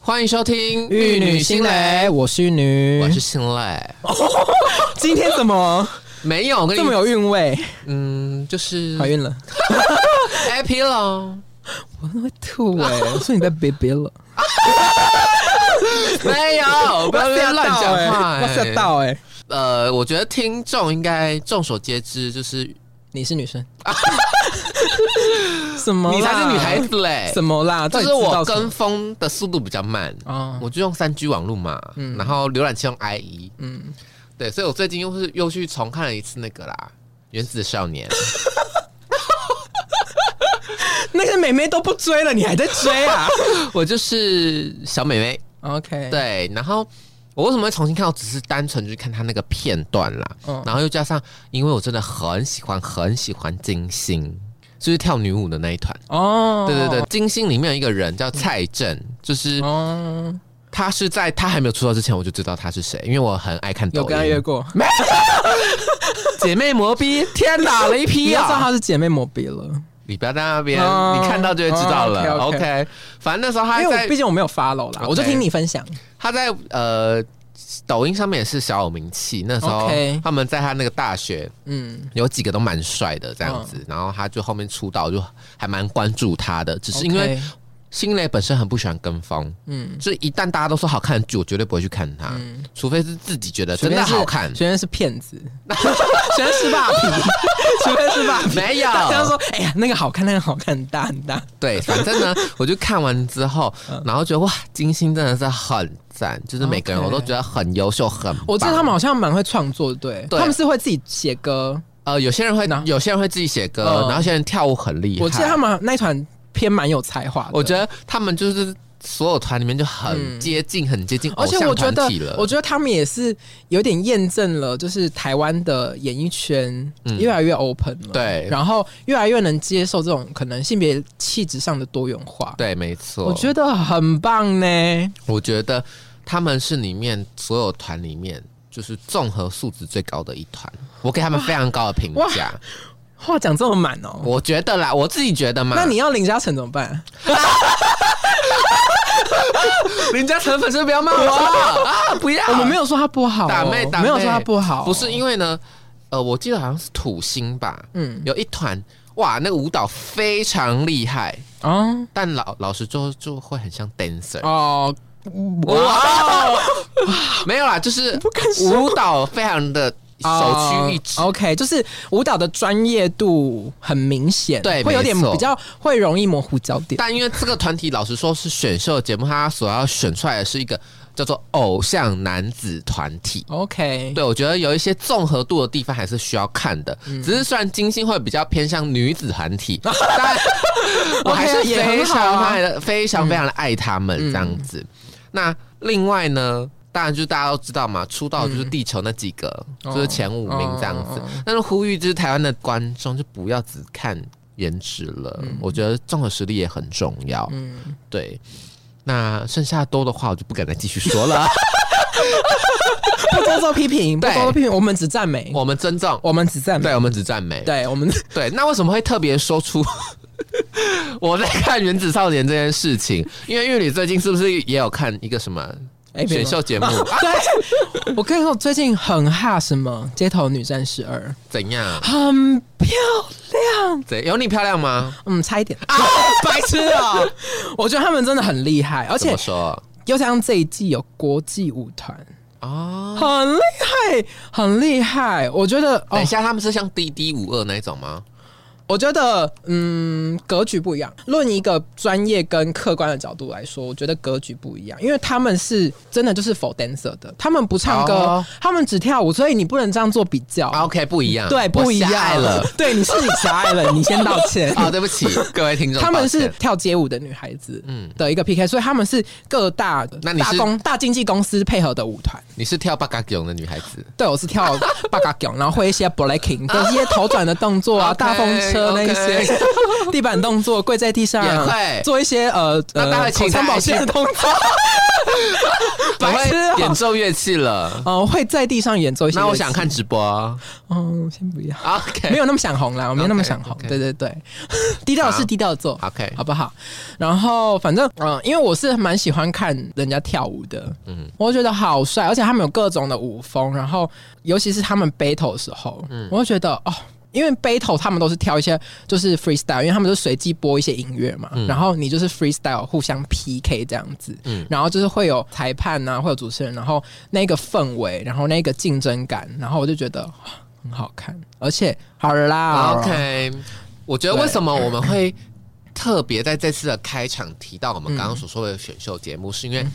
欢迎收听《玉女心蕾，我是玉女。我是新蕾。今天怎 么没有，我跟这么你有韵味？嗯，就是怀孕了， happy 了。 我会吐哎！ 我说你在别别了，没有，不要吓乱到讲哎话、我吓到哎！呃，我觉得听众应该众所皆知，就是你是女生， 什么啦？你才是女孩子嘞。什么啦？就到底是知我道什么跟风的速度比较慢，啊，我就用三 G 网络嘛，嗯然后浏览器用 IE，嗯，对，所以我最近又是又去重看了一次那个啦，《原子少年》。那些妹妹都不追了，你还在追啊 我就是小美眉， ？OK，，对，然后我为什么会重新看？我只是单纯去看她那个片段啦，嗯然后又加上，因为我真的很喜欢很喜欢金星，就是跳女舞的那一团。哦，对对对，，金星里面有一个人叫蔡正，嗯就是哦，他是在他还没有出道之前我就知道他是谁，因为我很爱看抖有音。跟她约过，姐妹磨逼，天打 雷你劈要知道啊！她是姐妹磨逼了，你不要在那边，哦你看到就会知道了。哦 OK，, ，OK，OK 反正那时候他因为在我毕竟我没有 follow 啦， OK 我就听你分享。他在呃抖音上面也是小有名气，那时候 OK 他们在他那个大学嗯，有几个都蛮帅的这样子，然后他就后面出道就还蛮关注他的，只只是因为新蕾本身很不喜欢跟风，嗯就一旦大家都说好看的剧，我绝对不会去看他，嗯，除非是自己觉得学真的院是好看。学院是骗子， 学院是霸 屏，学院是霸屏。没有，大家都说，哎呀，那个好看，那个好看，很大很大。对，反正 呢，我就看完之后，嗯然后觉得哇，金星真的是很赞，就是每个人 OK 我都觉得很优秀，很棒。我知道他们好像蛮会创作，对，对他们是会自己写歌。呃，有些人会然，后有些人会自己写歌，嗯然后有些人跳舞很厉害。我记得他们那一团偏蛮有才华的，我觉得他们就是所有团里面就很接近，很接近偶嗯而且像我觉团得体了。，我觉得他们也是有点验证了，就是台湾的演艺圈嗯越来越 open 了，对然后越来越能接受这种可能性别气质上的多元化，对，没错。我觉得很棒呢。我觉得他们是里面所有团里面就是综合素质最高的一团，我给他们非常高的评价。话讲这么满哦、我觉得啦，我自己觉得嘛。那你要林嘉诚怎么办？人家成粉丝不要骂我啊！不要，我们没有说他不好、哦，打妹打妹没有说他不好、不是因为为呢，呃，我记得好像是土星吧，嗯有一团哇，那个舞蹈非常厉害，哦但老老实说就会很像 dancer。哦哇，没有啦，就是不敢说舞蹈非常的首屈一指。哦 OK，就是舞蹈的专业度很明显，对会有点没错比较会容易模糊焦点。但因为这个团体，老实说是选秀节目，它所要选出来的是一个叫做偶像男子团体。 OK，对，我觉得有一些综合度的地方还是需要看的。嗯只是虽然金星会比较偏向女子团 体，但我还是 OK，也非很好常啊嗯爱的、非常非常的爱他们这样子。那另外呢，当然就是大家都知道嘛，出道就是地球那几个，哦就是前五名这样子哦哦。但是呼吁就是台湾的观众就不要只看颜值了，我觉得综合实力也很重要。嗯，对，那剩下多的话我就不敢再继续说 了，不多做批评，不对多做批评，我们只赞美，我们尊重。我们只赞美，对，我们只赞美。对我们 对，那为什么会特别说出 我在看《原子少年》这件事情？因为玉女最近是不是也有看一个什么哎别选了秀 节目？啊对，我跟你说，最近很哈什么《街头女战士二怎样》，？很漂亮。怎有你漂亮吗？嗯，差一点啊，白痴啊！哦 我觉得他们真的很厉害，而怎且么说？又像这一季有国际舞团，哦，很厉害，很厉害。我觉得，等哦一，下，他们是像 D D 五二那一种吗？我觉得，嗯，格局不一样。论一个专业跟客观的角度来说，我觉得格局不一样，因为他们是真的就是否 dancer 的，他们不唱歌，哦他们只跳舞，所以你不能这样做比较。啊，OK，不一样，哦对，不一我狭隘样了。。 对，你是你狭隘 了，你先道歉。啊，对不起，各位听众，他们抱是歉跳街舞的女孩子，嗯嗯的一个 PK，所以他们是各大那你大是公大经纪公司配合的舞团。你是跳八嘎囧的女孩子，对，我是跳八嘎囧，然后会一些 breaking 的一些头转的动作啊， OK 大风车车那一些 地板动作，跪在地上也会做一些呃那当呃然口请腔他保健的 动作，我白痴哦会演奏乐器 了。呃，会在地上演奏一些。啊那我想，看直播啊嗯，先不要， ，OK，没有那么想红啦，我没有那么想红。 OK，OK 对对对， 低调好是低调做。 OK，好不好？然后反正嗯，因为我是蛮喜欢看人家跳舞的，嗯，我就觉得好帅，而且他们有各种的舞风，然后尤其是他们 battle 的时候，嗯，我就觉得哦。因为 battle 他们都是跳一些就是 freestyle，因为他们就随机播一些音乐嘛，然后你就是 freestyle 互相 PK 这样子，嗯然后就是会有裁判呐、会有主持人，然后那个氛围，然后那个竞争感，然后我就觉得哦很好看，而且好了啦 OK，我觉得为什么我们会特别在这次的开场提到我们刚刚所说的选秀节目，是因为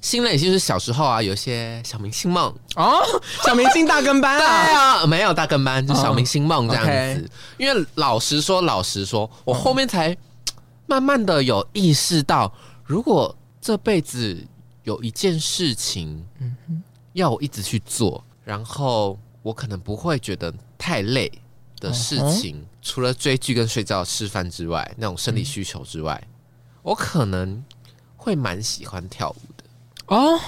新人已经是小时候啊，有一些小明星梦，哦，小明星大跟班 对啊，啊，没有大跟班，就小明星梦这样子。哦 OK 因为老实说，老实说，我后面才慢慢的有意识到，如果这辈子有一件事情，嗯要我一直去做，然后我可能不会觉得太累的事情，嗯除了追剧跟睡觉、吃饭之外，那种生理需求之嗯外，我可能会蛮喜欢跳舞的。哦，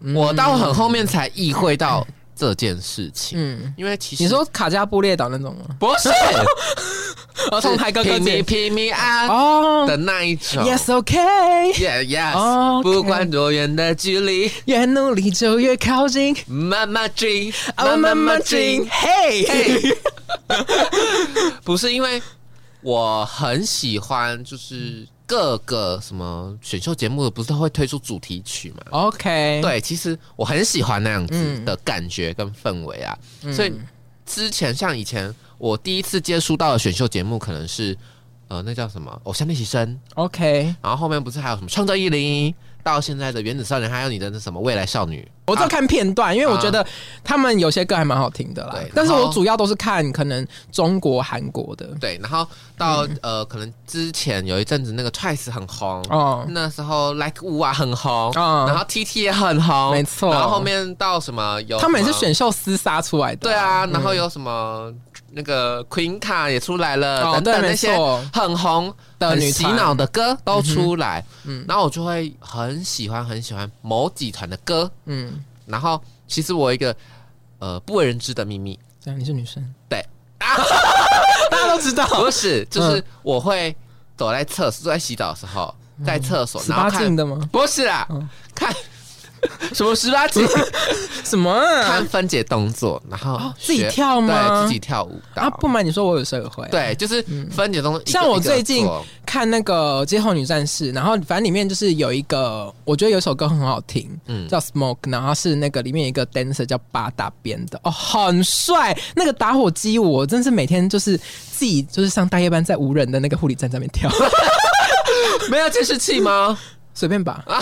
嗯我到很后面才意会到这件事情，嗯，因为其实你说卡加布列岛那种吗？不是，哦儿童台哥哥拼姐命拼命啊哦、的那一种。 y e s OK， Yeah, yes. 哦，OK 不管多远的距离，越努力就越靠近，妈妈追，啊，慢慢近，。嘿，嘿不是因为我很喜欢，就是各个什么选秀节目不是都会推出主题曲嘛？ ，OK，，对，其实我很喜欢那样子的感觉跟氛围啊。所以之前像以前我第一次接触到的选秀节目，可能是呃那叫什么《偶像练习生》。 OK，然后后面不是还有什么创造一零一，到现在的原子少年，还有你的那什么未来少女，我就看片段，因为我啊觉得他们有些歌还蛮好听的啦对，但是然我后主要都是看可能中国、韩国的，对，然后到、呃，可能之前有一阵子那个 Twice 很红，哦，那时候 Like Wu 啊很红，嗯然后 TT 也很红，没错然后后面到什么有他们也是什么选啊嗯秀厮杀出来的，对，啊，然后有什么、那个 Queen 卡也出来了，哦啊等等对那没些错很红的很女洗团脑的歌都出来，嗯然后我就会很喜欢很喜欢某几团的歌，嗯，然后其实我有一个呃不为人知的秘密。 这样啊你是女生，对， 大家都 知道，不是，就是我会躲在厕所，在洗澡的时候，在厕所，嗯十然后八看禁，的吗？不是啦，嗯 看什么十八禁，什么啊？ 看分解动作，然后哦学自己跳吗对，自己跳舞蹈啊，不瞒你说，我有时候也会。，对，就是分解动作一个。像我一个最近 做看那个《街后女战士》，然后反正里面就是有一个，我觉得有一首歌很好听，嗯叫《Smoke》，然后是那个里面有一个 dancer 叫八大编的，哦，很帅。那个打火机舞，我真是每天就是自己就是上大夜班，在无人的那个护理站上 面跳，没有监视器吗随便吧， 啊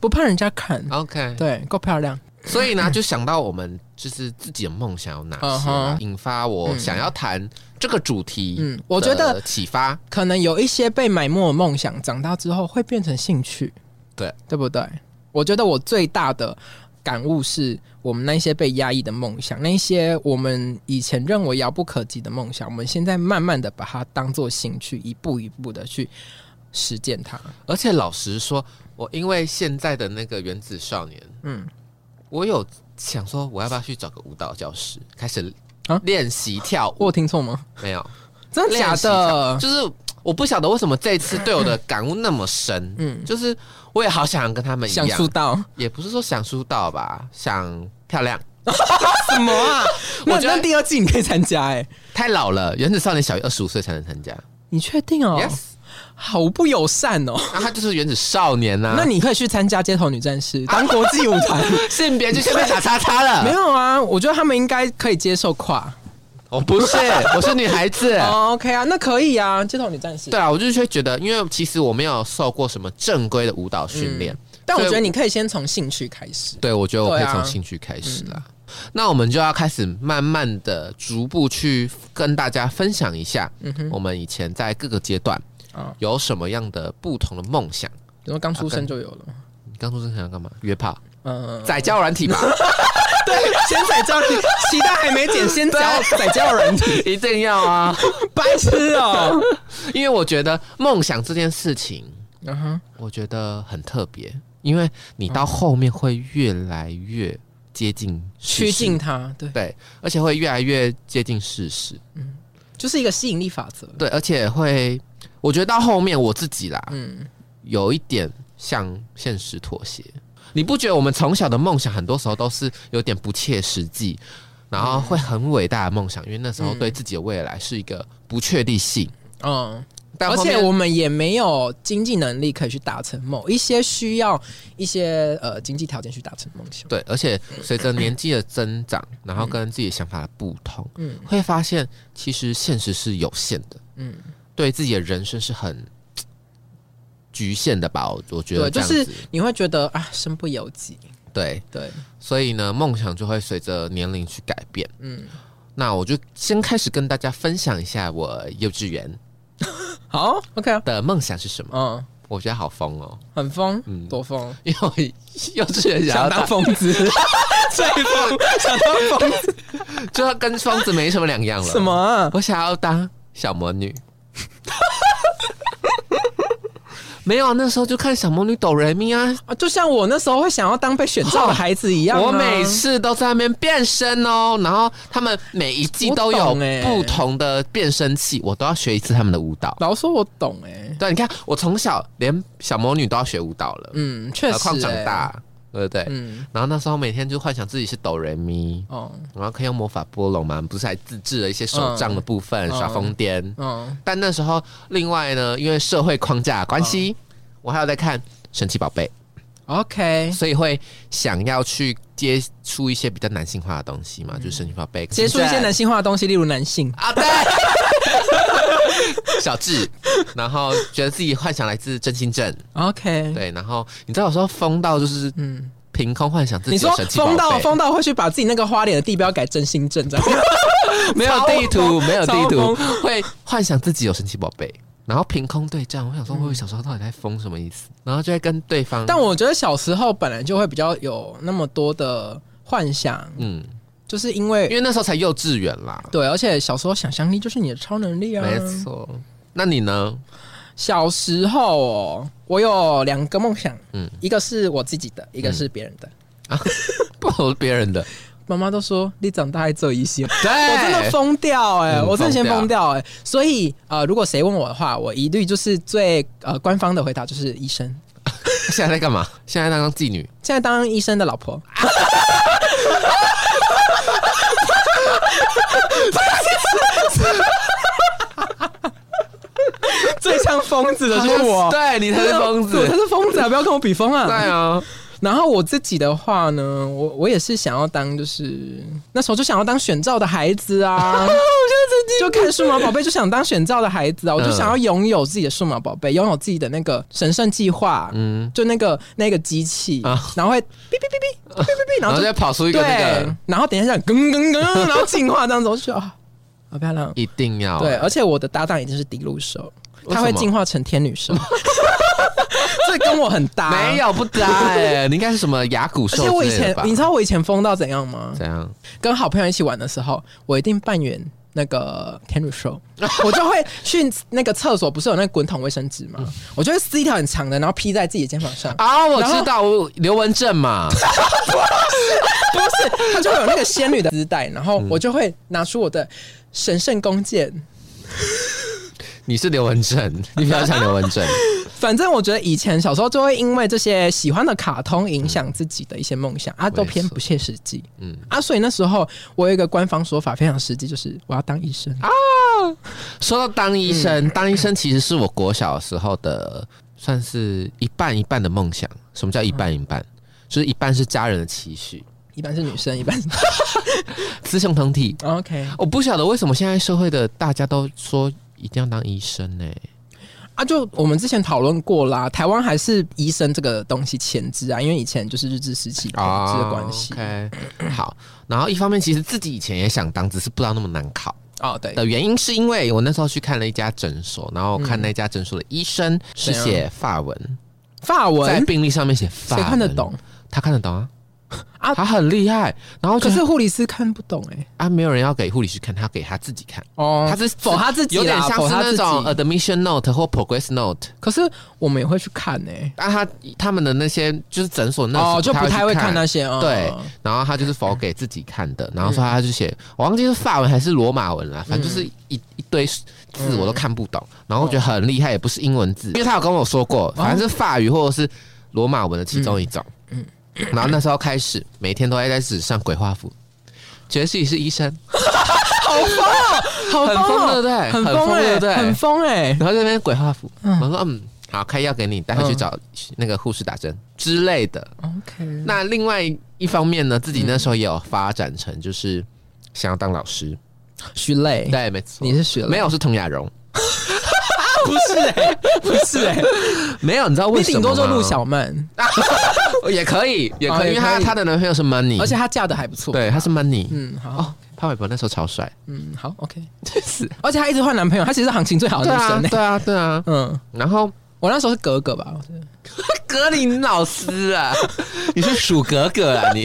不怕人家看。 ？OK，对，够漂亮。所以呢，就想到我们就是自己的梦想有哪些啊嗯，哼引发我想要谈这个主题。嗯我觉得启发，可能有一些被埋没的梦想，长大之后会变成兴趣，对对不对？我觉得我最大的感悟是我们那些被压抑的梦想，那些我们以前认为遥不可及的梦想，我们现在慢慢的把它当做兴趣，一步一步的去实践它。而且老实说，我因为现在的那个原子少年，嗯，我有想说，我要不要去找个舞蹈教室开始啊练习跳我舞？有听错吗？没有， 真的假练习跳的？就是我不晓得为什么这一次对我的感悟那么深。嗯，就是我也好想跟他们一想出样，道也不是说想出道吧，想漂亮。 什 么啊？那我觉得那第二季你可以参加哎、太老了，原子少年小于二十五岁才能参加。你确定哦 Yes，好不友善哦。那他就是原子少年啊呐、那你可以去参加街头女战士，当国际舞团。性别就先被打叉叉了？ 没，有啊，我觉得他们应该可以接受跨。我哦不 是，我是女孩子。哦、o k 啊，那可以啊，街头女战 士。对，啊，我就是会觉得，因为其实我没有受过什么正规的舞蹈训练，但我觉所得以你可以先从兴趣开始。对，嗯我觉得我可以对啊从兴趣开始啦。那我们就要开始慢慢的、逐步去跟大家分享一下，我们以前在各个阶段啊有什么样的不同的梦想。比如说刚出生就有了，你刚出生想要干嘛？约炮、嗯、 载交友软体吧？对对，先宰教人，脐带还没剪，先教宰教人体， 一定要啊！白痴 哦、因为我觉得梦想这件事情，嗯哼，我觉得很特别，因为你到后面会越来越接近事趋实近，他，对，对，而且会越来越接近事实，就是一个吸引力法则。对，而且会，我觉得到后面我自己啦，嗯，有一点向现实妥协。你不觉得我们从小的梦想很多时候都是有点不切实际，然后嗯会很伟大的梦想，因为那时候对自己的未来是一个不确定性。嗯，但而后且面我们也没有经济能力可以去达成某一些需要一些呃经济条件去达成梦想。对，而且随着年纪的增长，然后跟自己的想法的不同，嗯会发现其实现实是有限的，嗯，对自己的人生是很局限的吧？我我觉得对，这就样子是你会觉得啊，身不由己。对，对，所以呢，梦想就会随着年龄去改变。嗯，那我就先开始跟大家分享一下我幼稚园好，OK 啊，的梦想是什么。嗯，我觉得好疯哦，很疯，嗯多疯，因为我 幼稚园想要 想当当，疯子，最疯，想当疯子就要跟疯子没什么两样了。 什么？啊？我想要当小魔女。 没有，啊那时候就看小魔女哆瑞咪啊，啊就像我那时候会想要当被选中的孩子一样啊、 我每次都在那边变身哦，然后他们每一季都我有懂欸不同的变身器，我都要学一次他们的舞蹈。老实说我懂哎、对，啊你看我从小连小魔女都要学舞蹈了，嗯，确何实、况长欸，大，对不对？嗯，然后那时候每天就幻想自己是哆瑞咪，哦，然后可以用魔法波龙嘛，不是还自制了一些手杖的部分、嗯耍疯癫。嗯，但那时候另外呢，因为社会框架的关系，嗯我还有在看神奇宝贝， OK，所以会想要去接触一些比较男性化的东西嘛，就是神奇宝贝，嗯接触一些男性化的东西，例如男性，啊，对， 小智，然后觉得自己幻想来自真心镇， OK，对，然后你知道有时候疯到就是嗯，凭空幻想自己你说有神奇宝疯到贝，疯到会去把自己那个花脸的地标改真心镇这 样，没有地图，没有地超图，会幻想自己有神奇宝贝，然后凭空对战。我想说，我小时候到底在疯什么意思？然后就会跟对方，嗯但我觉得小时候本来就会比较有那么多的幻想，嗯，就是因为 因为那时候才幼稚园啦，对，而且小时候想象力就是你的超能力啊。没错。那你呢？ 小时候哦，我有两个梦想，嗯嗯，一个是我自己的，一个是别人的。不如别人的，妈妈都说你长大还只有一心，对，我真的疯掉哎、哎嗯我真的先疯疯掉哎、所以呃，如果谁问我的话，我一律就是最呃官方的回答就是医生。现在在干嘛？现在当妓女，，现在当医生的老婆，最像疯子的就是我啊对你才是疯对我才 子，是疯子啊！不要跟我比疯啊！对啊，然后我自己的话呢，我我也是想要当，就是那时候就想要当选照的孩 子啊。就看数码宝贝，就想当选照的孩子啊！我就嗯想要拥有自己的数码宝贝，拥有自己的那个神圣计划，嗯，就那个那个机器，啊然后会哔哔哔哔哔哔 然哔，然后后就再跑出一个那对个，，然后等一下这样，噔噔噔， 然后进化这样子，我就觉得啊，好漂亮。一定要对，而且我的搭档已经是迪路兽，为什么他会进化成天女兽， 这跟我很搭。没，有不搭哎， 你应该是什么牙骨而兽且我以之类的前吧？你知道我以前疯到怎样吗？怎样？。跟好朋友一起玩的时候，我一定扮演那个天女兽，我就会去那个厕所，不是有那个滚筒卫生纸吗？我就会撕一条很长的，然后披在自己的肩膀上啊，我然后知道，我刘文正 嘛，不是，它就会有那个仙女的丝带，然后我就会拿出我的神圣弓箭。你是刘文正，你比较像刘文正，反正我觉得以前小时候就会因为这些喜欢的卡通影响自己的一些梦想、啊，都偏不切实际。嗯嗯啊，所以那时候我有一个官方说法非常实际，就是我要当医生。说到当医嗯生，当医生其实是我国小的时候的，算是一半一半的梦想。什么叫一半一半？就是一半是家人的期许，一般是女生，一般是 哦雌雄同体。 OK 我不晓得为什么现在社会的大家都说一定要当医生呢、啊，就我们之前讨论过啦，台湾还是医生这个东西前置啊，因为以前就是日治时期统治的关系。啊 OK，好。然后一方面其实自己以前也想当，只是不知道那么难考。哦，对，的原因是因为我那时候去看了一家诊所，然后看那家诊所的医生是怎样写法文，法在文病历上面写法谁文，看得懂？他看得懂啊。 啊他很厉害。然后就可是是护理师看不懂哎、啊，没有人要给护理师看，他给他自己看，哦，他是否他自己啦有点像否是他自那己种呃 admission note 或 progress note。可是我们也会去看哎、但他他们的那些就是诊所那哦，就不太会看那些。些哦。对，然后他就是否给自己看的，然后说他就写，嗯我忘记是法文还是罗马文啦，反正就是一一堆字我都看不懂，然后我觉得很厉害，也不是英文字，因嗯为他有跟我说哦过，反正是法语或者是罗马文的其中一种。嗯然后那时候开始，每天都在在纸上鬼画符，觉得自己是医生， 好很疯疯，对不哦对？很疯，哎、对不对？很疯哎、然后在那边鬼画符，我说嗯，好，开药给你，带回嗯去找那个护士打针之类的。 OK，那另外一方面呢，自己那时候也有发展成就是想要当老师，徐磊，对，没错，你是徐磊？没有哎是佟雅蓉，不是哎、不是欸哎、 没有，你知道为 你什么顶吗？多就陆小曼，也可以，也可哦以，因为也她可以她的男朋友是 Money，而且她嫁的还不错。，对，他是 Money，嗯，好，哦，潘玮柏那时候超帅， 嗯，好，OK，是，而且她一直换男朋友，她其实是行情最好的对女啊，生哎、对啊，对啊，嗯，然 后我那时候是格格吧，我觉得格林老师 啊，你是属格格啊你？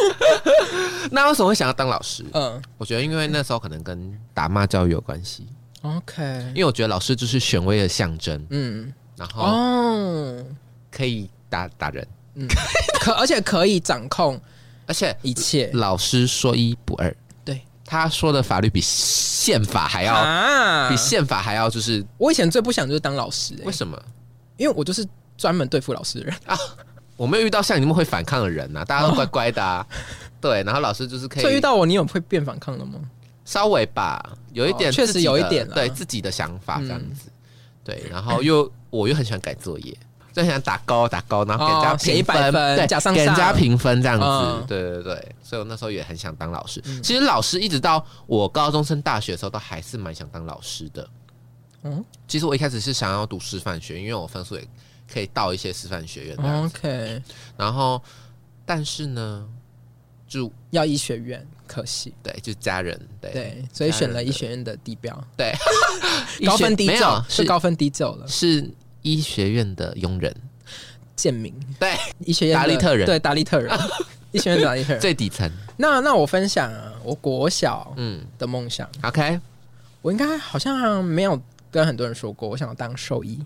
那为什么会想要当老师？嗯我觉得因为那时候可能跟打骂教育有关系， ，OK，因为我觉得老师就是权威的象征，嗯，然后哦，可以打打人，可而且可以掌控而且一切，老师说一不二，对他说的法律比宪法还要，啊哦比宪法还要就是我以前最不想就是当老师、欸为，什么？因为我就是专门对付老师的人。我没有遇到像你们会反抗的人呐、大家都乖乖的、啊，对，然后老师就是可哦所以遇以到我，你有会变反抗的吗？稍微吧，有一点哦确实自己的有一点啊嗯对自己的想法这样子，对，然后又我又很喜欢改作业。就很想打勾打勾，然后给人家哦写评100分对，假上给人家上评分这样子，嗯对对对，所以我那时候也很想当老师。其实老师一直到我高中升大学的时候，都还是蛮想当老师的。嗯其实我一开始是想要读师范学，因为我分数也可以到一些师范学院这嗯样子。 ，OK，然后，但是呢，就要医学院，可惜。对，就家人对对，所以选了医学院的地标，医学 高分低没有就，是是高分低就了。是医学院的佣人，建明， 对，医学院的达利特人对，达利特人， 医学院的达利特人。最底层。那那我分享啊，我国小嗯的梦想， ，OK，我应该好像没有跟很多人说过，我想要当兽医，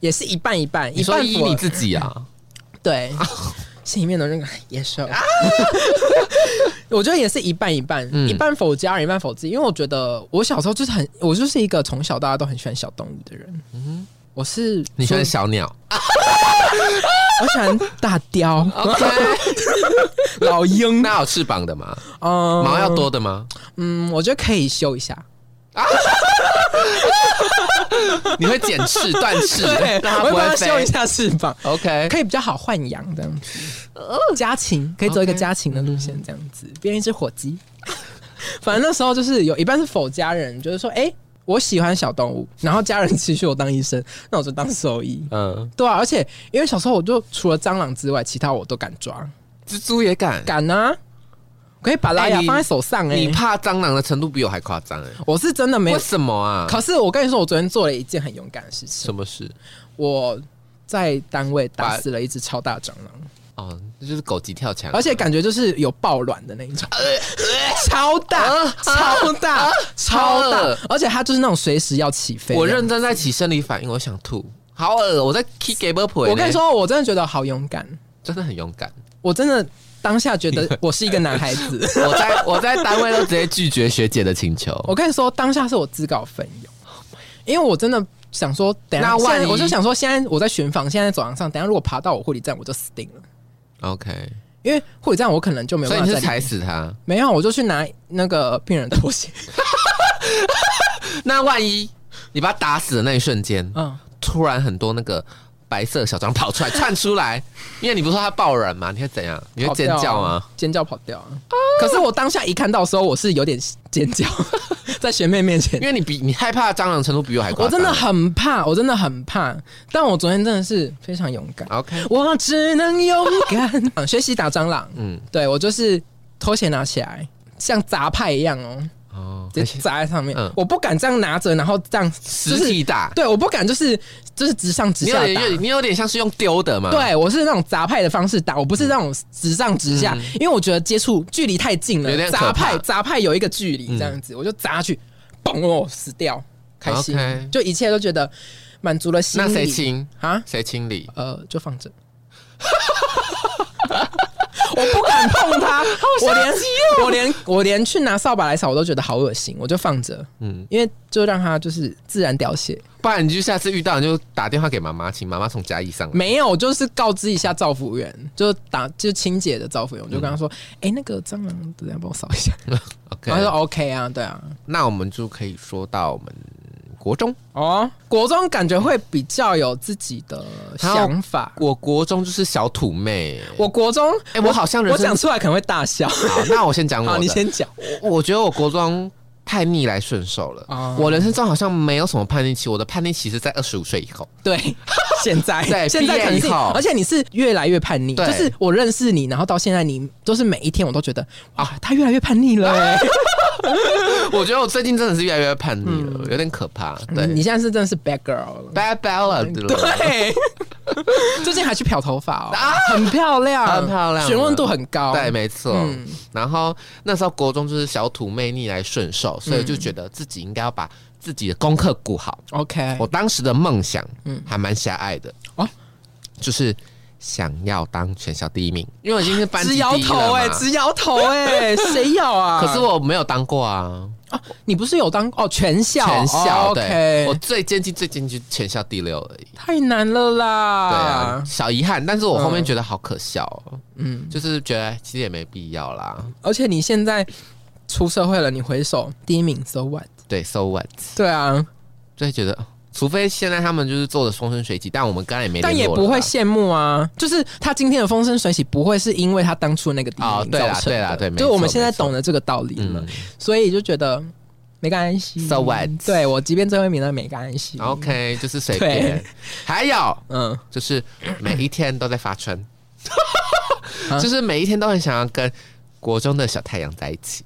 也是一半一半，你一说半医符合你自己 啊？对，心里面的那个哎野兽。 我觉得也是一半一半，嗯一半否家人，一半否自己。因为我觉得我小时候就是很，我就是一个从小到大都很喜欢小动物的人。嗯，我是你喜欢说小鸟我喜欢大 雕、 ？OK，老鹰，那有翅膀的吗？嗯毛要多的吗？嗯，我觉得可以修一下。你会剪翅断翅，嗯 对，让它我会不帮会它修一飞。下翅膀， OK，可以比较好豢养这样子。家禽可以走一哦个 OK 嗯家禽的路线，这样子变一只火鸡。 反正那时候就是有一半是否家人，就是说，哎、我喜欢小动物，然后家人期许我当医生， 那我就当兽医。嗯，对啊，而且因为小时候我就除了蟑螂之外，其他我都敢抓，蜘蛛也敢。敢啊！可以把拉哎雅你放在手上哎、你怕蟑螂的程度比我还夸张哎，我是真的没有为。什么啊？可是我跟你说，我昨天做了一件很勇敢的事情，什么事？我在单位打把死了一只超大蟑螂。哦，那就是狗急跳墙，啊而且感觉就是有爆卵的那一种，超大、 超大、超啊超大恶，而且它就是那种随时要起飞。我认，真在起生理反应，我想吐，好恶！我在 kick game up，我跟你，说，我真的觉得好勇敢，欸真的很勇敢。。我真的当下觉得我是一个男孩子 我在我在单位都直接拒绝学姐的请求。我跟你说，当下是我自告奋勇，因为我真的想说，等一下那万一现在我就想说，现在我在巡房，现在在走廊上，等一下如果爬到我护理站，我就死定了， OK，因为护理站我可能就没有所以办你法是再踩死他？没有，我就去拿那个病人的 拖鞋，那万一你把他打死的那一瞬间，嗯，突然很多那个白色小蟑跑出来窜出来，因为你不是说他爆卵吗？你会怎样？你会跑尖掉啊叫吗？？尖叫跑掉啊！可是我当下一看到的时候，我是有点尖叫， 在学妹面前因，为你比你害怕蟑螂程度比我还夸我张。真的很怕，我真的很怕。但我昨天真的是非常勇敢， OK，我只能勇 敢。啊嗯学习打蟑螂，嗯，对我就是拖鞋拿起来，像杂派一样哦，哦，直接砸在上面嗯，我不敢这样拿着，然后这样就实是体打，对，我不敢就是就是直上直你下有打。点有你有点像是用丢的嘛，，对，我是那种砸派的方式打，我不是那种直上直下，因为我觉得接触距离太近嗯有了。点可砸派怕嗯砸派有一个距离，这样子、我就砸下去，嘣哦，死掉，开心 OK 就一切都觉得满足了心那理。谁清啊？谁清理？呃，就放着。 我不敢碰它，我连哦我连我连去拿扫把来扫，我都觉得好恶心，我就放着，嗯，因为就让它就是自然凋谢。不然你就下次遇到你就打电话给妈妈，请妈妈从嘉义上来。没有，就是告知一下造福员，就打就清洁的造福员，我就跟他说，哎、那个蟑螂，等一下帮我扫一下。 OK，然后他说 OK 啊，对啊。那我们就可以说到我们国中，哦，国中感觉会比较有自己的想法。我国中就是小土妹。我国中，哎、我好像人我生讲出来可能会大笑。好，那我先讲我好，的。你先讲。我我觉得我国中太逆来顺受了。哦我人生中好像没有什么叛逆期，我的叛逆期是在二十五岁以 后。对， 现在对现在毕业肯定是以后而且你是越来越叛逆，对就是我认识你，然后到现在你就是每一天我都觉得啊，他越来越叛逆了、 欸。我觉得我最近真的是越来越叛逆了，有点可怕。对，嗯你你现在是真的是 bad girl 了。 bad ballad 了。对， 最近还去漂头发哦，啊很漂亮，很漂亮询问度很高。对，没错。嗯然后那时候国中就是小土妹逆来顺受，所以就觉得自己应该要把自己的功课顾好。 ，OK，我当时的梦想，嗯嗯，还蛮狭隘的哦哦，就是想要当全校第一名，因为我已经是班级直第一了摇头嘛哎，直摇头哎， 谁要啊？可是我没有当过啊，啊，你不是有当哦全校全校、哦对，我，OK，最接近最接近就全校第六而已。太难了啦。对啊，，小遗憾，但是我后面觉得好可笑、哦，嗯，就是觉得其实也没必要啦。而且你现在出社会了，你回首第一名 so what？对，so what，对啊，就会觉得，哦除非现在他们就是做的风生水起，但我们刚才也没联但络也了啦，不会羡慕啊，就是他今天的风生水起，不会是因为他当初那个第一哦名对啦造成对啦的对没就我们错现在没错嗯懂得这个道理了，所以就觉得没关系。 So what？对我即便最后一名都没关系。 OK，就是随对便。还有嗯，，就是每一天都在发春就是每一天都很想要跟国中的小太阳在一起，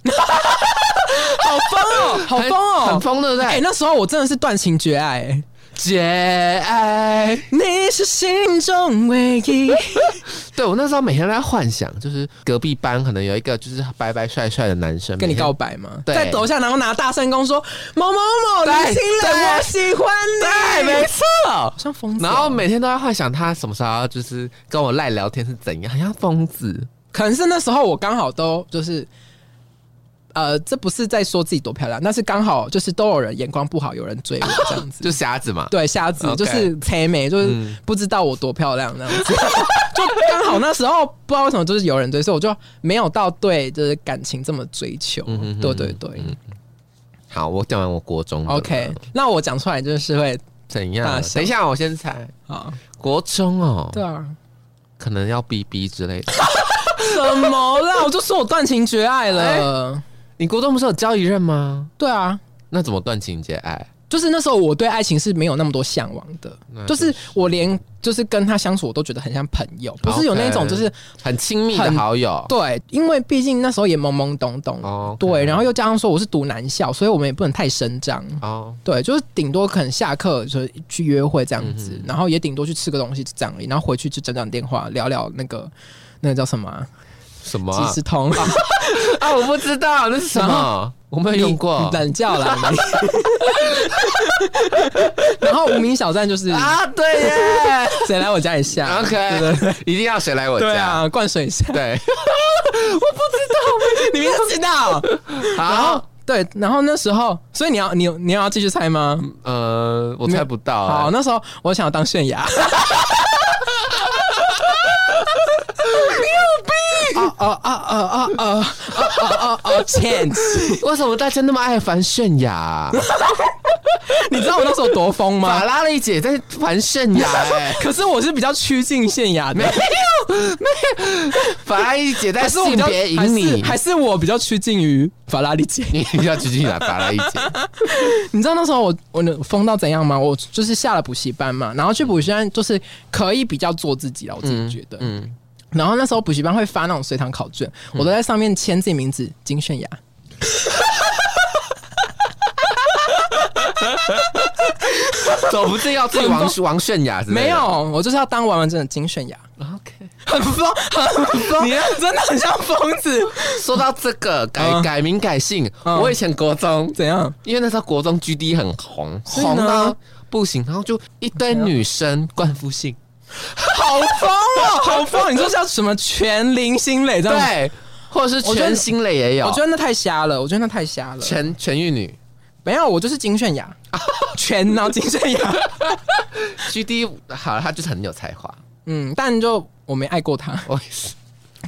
好疯哦，好疯很很哦！疯，对不哎、对？那时候我真的是断情绝爱、哎节哀。你是心中唯 一。对我那时候每天都在幻想，就是隔壁班可能有一个就是白白帅帅的男生跟你告告白吗？对在楼下，然后拿大声公说：“某某某，对林心对蕾，我喜欢对，你。”没错好。像疯子哦。然后每天都在幻想他什么时候要就是跟我赖聊天是怎样，很像疯子。可能是那时候我刚好都就是，呃，这不是在说自己多漂亮，那是刚好就是都有人眼光不好，有人追我这样 子。就瞎子嘛，对，瞎子 OK 就是才美，就是嗯不知道我多漂亮那样子， 就刚好那时候不知道为什么就是有人追，所以我就没有到对就是感情这么追求。嗯啊哼哼对对对、好，我讲完我国中的了 o k 那我讲出来就是会怎大样？小等一下，我先猜啊，国中哦，对啊，可能要 BB 之类的。什么啦？我就说我断情绝爱了。你国中不是有交一任吗？对啊，那怎么断情节爱？就是那时候我对爱情是没有那么多向往的，那就就是我连就是跟他相处我都觉得很像朋友，不是有那种就是很亲密的很好友对，因为毕竟那时候也懵懵懂懂，哦对，然后后又加上说我是读男校，所以我们也不能太声张。哦，对，就是顶多可能下课就去约会这样子，嗯然后也顶多去吃个东西就这样而已，然后回去就讲讲电话，聊聊那个那个叫什么啊什么即啊时通，啊？我不知道那是什然么，我没有用过你 懒觉啦。你然后无名小站就是啊。对耶 啊谁来我家里下对对，OK，一定要谁来我对家？啊，灌水下，对，你明知道。然后好，对，然后那时候，所以你要你有你要继续猜吗？呃，我猜不到啊嗯好，。那时候我想要当泫雅。你有病！啊啊啊啊啊啊啊啊啊！Chance，为什么大家那么爱烦泫雅 啊？你知道我那时候多疯吗，法？拉利姐在烦泫雅哎 可是我是比较趋近泫雅 的，法拉利姐在还是我比性较别还赢是你， 还是我比较趋近于法拉利姐。你要举起来法拉利姐，你知道那时候我我能疯到怎样吗？我就是下了补习班嘛，然后去补习班就是可以比较做自己了，我自己觉得。嗯，然后那时候补习班会发那种随堂考卷，我都在上面签自己名字金泫雅。走不是要 自己王王泫雅之类的？没有，我就是要当完完整的金泫雅， ，OK。很疯，很 疯，你真的很像疯子。说到这个改、嗯改名改姓，嗯我以前国中，怎样？因为那时候国中 GD 很红，所以呢红到不行，然后就一堆女生冠夫姓，好疯哦，好疯！你说像什么全林心磊这样？，对，或者是我觉得全新类也有，我觉得那太瞎了，我觉得那太瞎了。全全玉女没有，我就是金泫 雅，全然后金泫雅。 GD 好了，她就是很有才华，嗯，但就我没爱过他，我也是，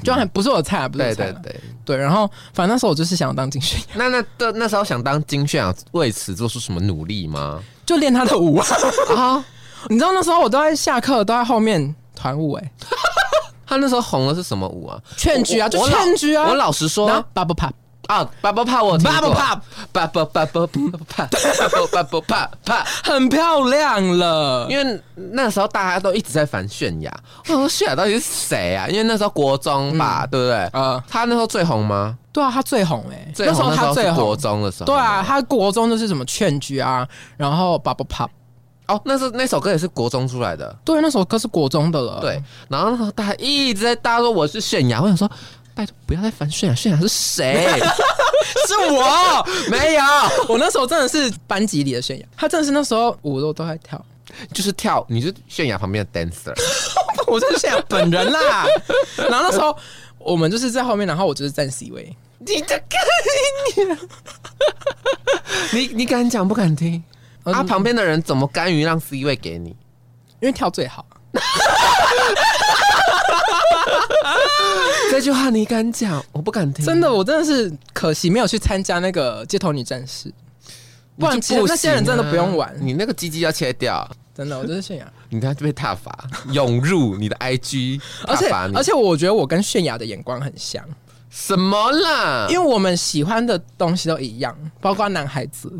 就还不是我的菜啊，不是我对的菜嗯对啊。对。对，然后反正那时候我就是想要当金泫雅，那那那那时候想当金泫雅，为此做出什么努力 吗？就练他的舞 啊。啊，你知道那时候我都在下课，都在后面团舞、哎，她那时候红的是什么舞啊？劝举啊，我就我老劝举啊。我老实说然后 bubble pop，啊，bubble pop 我 Bubble pop pop，bubble bubble bubble pop，bubble bubble pop pop。很漂亮了。因为那时候大家都一直在烦泫雅，我想说泫雅到底是谁啊？因为那时候国中吧，对不对？呃，她那时候最红吗？对啊，他最红哎、啊最红那时候他是最国红。中的时候。对啊，，他国中就是什么劝举啊，然后 bubble pop，哦，那是那首歌也是国中出来的，对，那首歌是国中的了。对。然后那时候大家一直在大家说我是泫雅，我想说。拜托，不要再烦泫雅！泫雅是谁？ 是我，没有，我那时候真的是班级里的泫雅，她真的是那时候舞都都在 跳，就是跳，你是泫雅旁边的 dancer。我就是泫雅本人啦。 然后那时候我们就是在后面，然后我就是站 C 位，你这个，啊 你你敢讲不敢听？嗯啊，旁边的人怎么甘于让 C 位给你？因为跳最好。嗯这句话你敢讲？我不敢听，真的，我真的是可惜没有去参加那个街头女战士，你就不然其实行啊那些人真的不用玩。你那个鸡鸡要切掉，真的，我就是泫雅，你等下就被踏伐，涌入你的 IG， 而且踏伐你而且我觉得我跟泫雅的眼光很像，什么啦？因为我们喜欢的东西都一样，包括男孩子。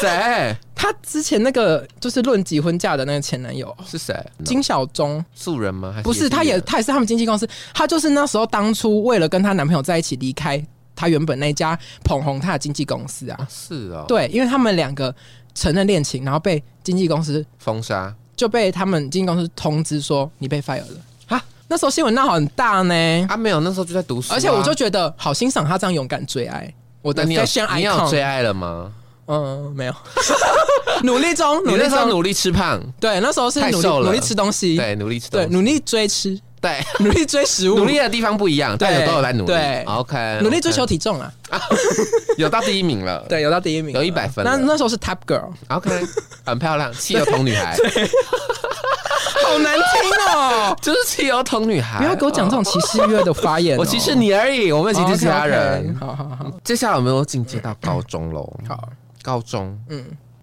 谁她之前那个就是论及婚嫁的那个前男友是谁？金小钟，素人吗？还是不是，她艺也人她也是他们经纪公司，她就是那时候当初为了跟她男朋友在一起离开她原本那家捧红她的经纪公司啊啊，是哦，，对，因为他们两个承认恋情，然后被经纪公司封杀就被他们经纪公司通知说你被 fire 了啊！那时候新闻闹很大呢，啊，没有，那时候就在读书啊，而且我就觉得好欣赏他这样勇敢追爱。我那的你有 fashion 你有 icon，追爱了吗？嗯，没有， 努力中，你努那力时候中，努力吃胖，对，那时候是太努力瘦了努力吃东西，对，努力吃东对，西，努力追吃， 对，努力追食物，努力的地方不一样，但对有都有哦在努力，对，OK，努力追求体重啊，有到第一名 了，对，有到第一名，有100分了那那时候是 Top Girl， ，OK，很漂亮，汽油桶女 孩，！好难听哦就是汽油桶女孩，哦不要给我讲这种歧视乐的发言哦，我歧视你而已，我没有歧视其他人。哦，OK，OK，好好好，接下来我们又进阶到高中喽。嗯好，高中嗯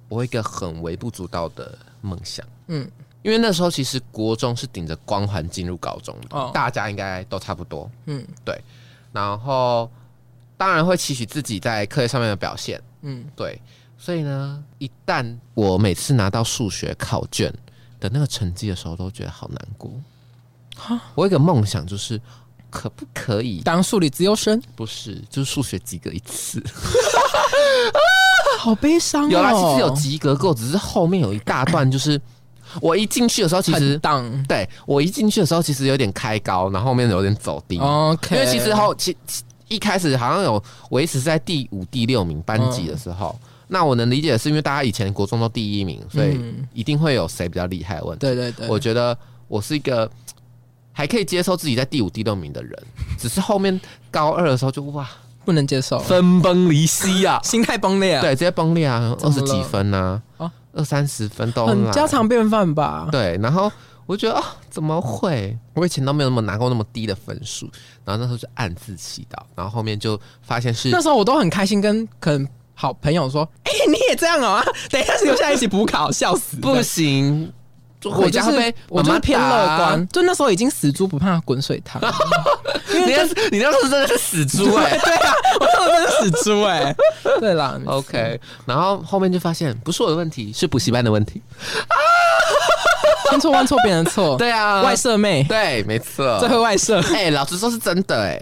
我有一个很微不足道的梦想，嗯，因为那时候其实国中是顶着光环进入高中的，哦大家应该都差不多。嗯然后当然会期许自己在课业上面的表现，嗯，对。所以呢，一旦我每次拿到数学考卷的那个成绩的时候，都觉得好难过。我有一个梦想就是，可不可以当数理自由生。不是就是数学及格一次？好悲伤、哦。有啦，其实有及格过，只是后面有一大段，就是 我一进去的时候，其实当对我一进去的时候，其实有点开高，然后后面有点走低。 OK，因为其实后其其一开始好像有维持在第五、第六名班级的时候，那我能理解的是，因为大家以前国中都第一名，所以嗯一定会有谁比较厉害的问题。对对对，我觉得我是一个还可以接受自己在第五、第六名的人，只是后面高二的时候就哇不能接受，，分崩离析啊心态崩裂啊，对，直接崩裂啊，怎二么了十几分呐、啊二三十分都很来家常啊便饭吧？啊对，然后我就觉得啊、怎么会？我以前都没有那么拿过那么低的分数，然后那时候就暗自祈祷，然后后面就发现是那时候我都很开心，跟可能好朋友说：“哎、你也这样哦、啊， 等一下留下一起补考，笑死！”不行，就我回就家是会被我就妈妈是偏打乐啊观，。 就那时候已经死猪不怕滚水烫，因你为那是你那时候真的是死猪哎、 对啊，我真的是死猪哎、 对啦 OK，然后后面就发现不是我的问题，是补习班的问题。千错万错别人的错，对啊，哦外设妹对，没错。最会外设，哎、欸老实说是真的哎、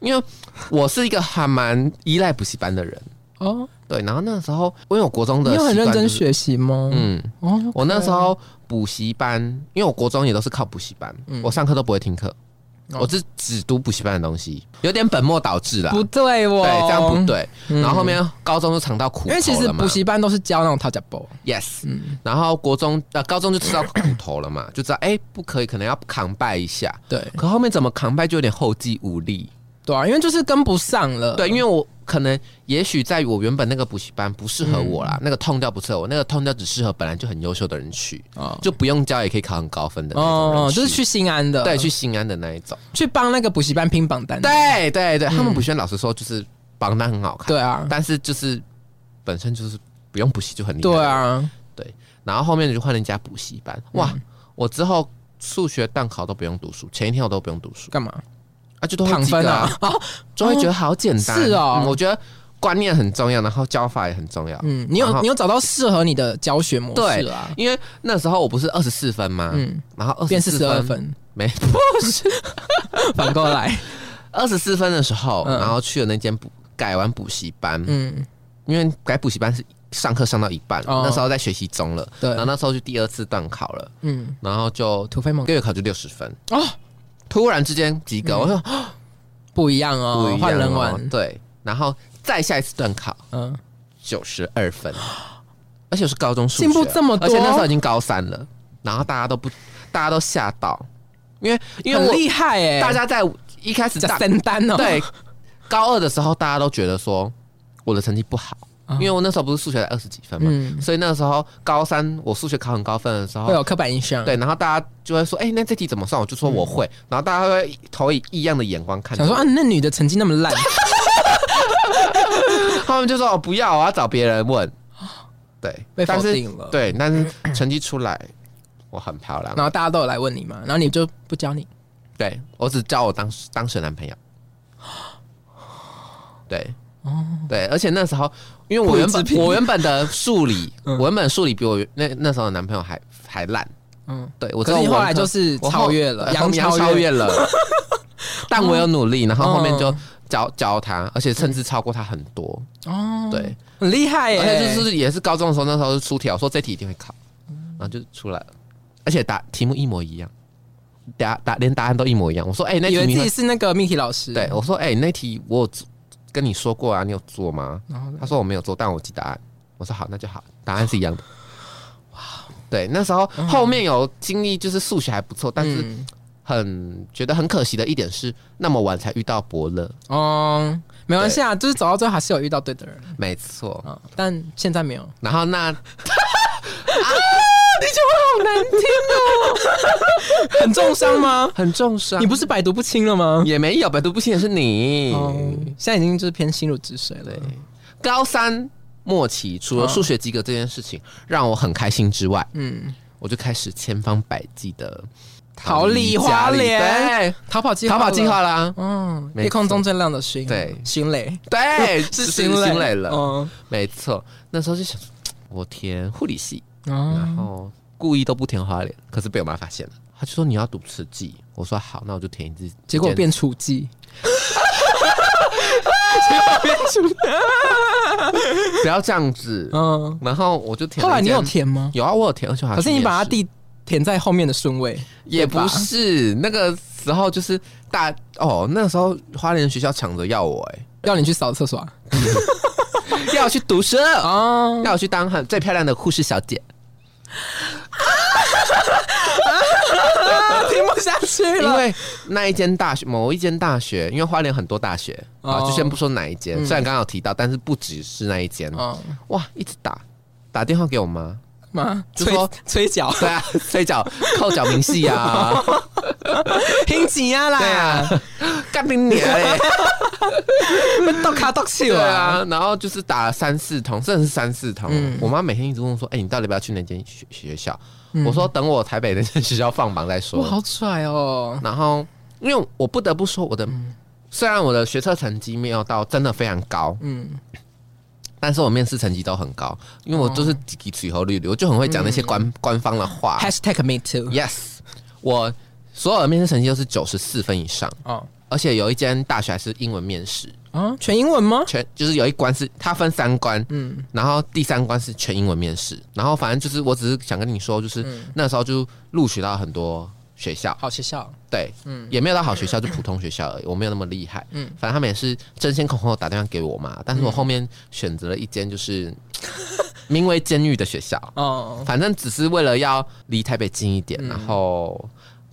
因为我是一个还蛮依赖补习班的人，哦，对，然后那时候因为我国中的你习有惯很就是、认真学习吗？嗯，哦，我那时候补习班，因为我国中也都是靠补习班，我上课都不会听课，嗯哦我是只读补习班的东西，有点本末倒置啦。不对哦，对，这样不。对。嗯然后后面高中就尝到苦头因了为其实嘛补习嗯班都是教那种讨价包， yes，、然后国中呃高中就吃到苦头了嘛，就知道哎、不可以，可能要扛拜一下。对可后面怎么扛拜就有点后继无力。对啊，因为就是跟不上了。对，因为我可能也许在我原本那个补习班不适合我嗯啦，那个痛调不适合我，那个痛调只适合本来就很优秀的人去，哦就不用教也可以考很高分的那种人哦，就是去新安的，对去新安的那一种。去帮那个补习班拼榜单。对对对，他们补习班老师说就是榜单很好看，嗯对 啊，但是就是本身就是不用补习就很厉害。对，啊，然后后面就换人家补习班，哇！嗯我之后数学段考都不用读书，前一天我都不用读书干嘛？啊，就都会躺及格分啊， 就会觉得好简单。是哦嗯我觉得观念很重要，然后教法也很重要。嗯，你然有后你有找到适合你的教学模式啊？因为那时候我不是二十四分吗？嗯，然后二变十四四十二分分，没 反过来， 二十四分的时候，嗯然后去了那间补改完补习班，嗯，因为改补习班是上课上到一半，哦那时候在学习中了，对然后那时候就第二次段考了，嗯，然后就突飞猛嗯一个月考就六十分，哦，突然之间及格，我说不一样不一哦样，换人哦玩，对，然后再下一次段考嗯，九十二分，而且我是高中数学进步这么多而且那时候已经高三了，然后大家都不，大家都吓到，因为因为很我厉害哎，大家在一开始讲大三单哦，对，高二的时候大家都觉得说我的成绩不好，啊因为我那时候不是数学才二十几分嘛，嗯，所以那时候高三我数学考很高分的时 会候，有刻板印象，对，然后大家就会说，哎、那这题怎么算？我就说我会，然后大家会投以异样的眼光看着嗯想我，说啊，那女的成绩那么烂， 他们就说哦不要，我要找别人 问，对，被但否是定了，，对，但是成绩出来我很漂亮，然后大家都有来问你嘛，然后你就不教你，对我只交我当时当时的男朋 友，对，对，而且那时候因为我原哦不予置本评我原本的数理， 嗯我原本数理比我那那时候的男朋友还还烂，嗯，对我知可道是你后来文科就是我超后越了，呃后杨面要超超越，越 了，但我有努力，然后后面就嗯教教他，而且甚至超过他很多，哦，对，很厉害耶，而且就是也是高中的时候，那时候出题，我说这题一定会考，然后就出来了，而且答题目一模一样，答答连答案都一模一样，我说哎、那以题为你自会己是那个命题老师，对，我说：“哎、那题我有做跟你说过啊，你有做吗然后呢？”他说：“我没有做，但我记答案。”我说：“好，那就好，答案是一样的。”哇，对，那时候后面有经历，就是数学还不错，但是嗯很觉得很可惜的一点是，那么晚才遇到伯乐。哦，没关系啊，就是走到最后还是有遇到对的人没错，啊，但现在没有，然后那很重伤吗？ 很重伤，你不是百毒不侵了吗？也没有百毒不侵的是你。哦，现在已经就是偏心如止水了对。，高三末期，除了数学及格这件事情让我很开心之外，嗯，我就开始千方百计的逃离花莲，逃跑计对，划，逃跑计，划啦，嗯，没错夜空中最亮的星，对星蕾 对，是心星心累了，哦嗯，没错。那时候就想，嗯我填护理系，哦，然后故意都不填花莲，可是被我妈发现了。她就说你要读慈济，我说好，那我就填一次。结果一间变楚记，结果变楚记， 不要这样子，嗯，然后我就填后了来一你间。有填吗？有啊，我有填，而且我还可是你去面把它试地填在后面的顺位，也对吧不是那个时候就是大哦，那时候花莲学校抢着要我 哎、要你去扫厕所啊要我去读书，哦，要我去当很最漂亮的护士小姐。啊听不下去因了，为那一间大学，某一间大学，因为花莲很多大学、啊，哦就先不说哪一间，虽然刚刚有提到，但是不只是那一间。哦，哇，一直打打电话给我妈，妈，就吹说吹脚， 对啊，催缴扣缴明细 啊，听紧啊对啦，啊，干你娘欸嘞，都卡到气对了，啊，然后就是打了三四通，甚至是三四通。嗯我妈每天一直问我说：“哎、你到底要不要去那间学学校？”嗯我说：“等我台北那间学校放榜再说。”哇，好拽哦，然后，因为我不得不说，我的、嗯虽然我的学测成绩没有到真的非常高，嗯，但是我面试成绩都很高，因为我就是几几取后率率，我就很会讲那些嗯官、官方的话。 Hashtag me too。 yes，我所有的面试成绩都是九十四分以上，哦，而且有一间大学还是英文面试，啊，全英文吗？全就是有一关是它分三关，嗯然后第三关是全英文面试，然后反正就是我只是想跟你说，就是、嗯，那时候就录取到很多学校，好学校，对，嗯也没有到好学校，就普通学校而已，我没有那么厉害。嗯反正他们也是争先恐后地打电话给我嘛，但是我后面选择了一间就是名为监狱的学校，哦，嗯反正只是为了要离台北近一点，然后。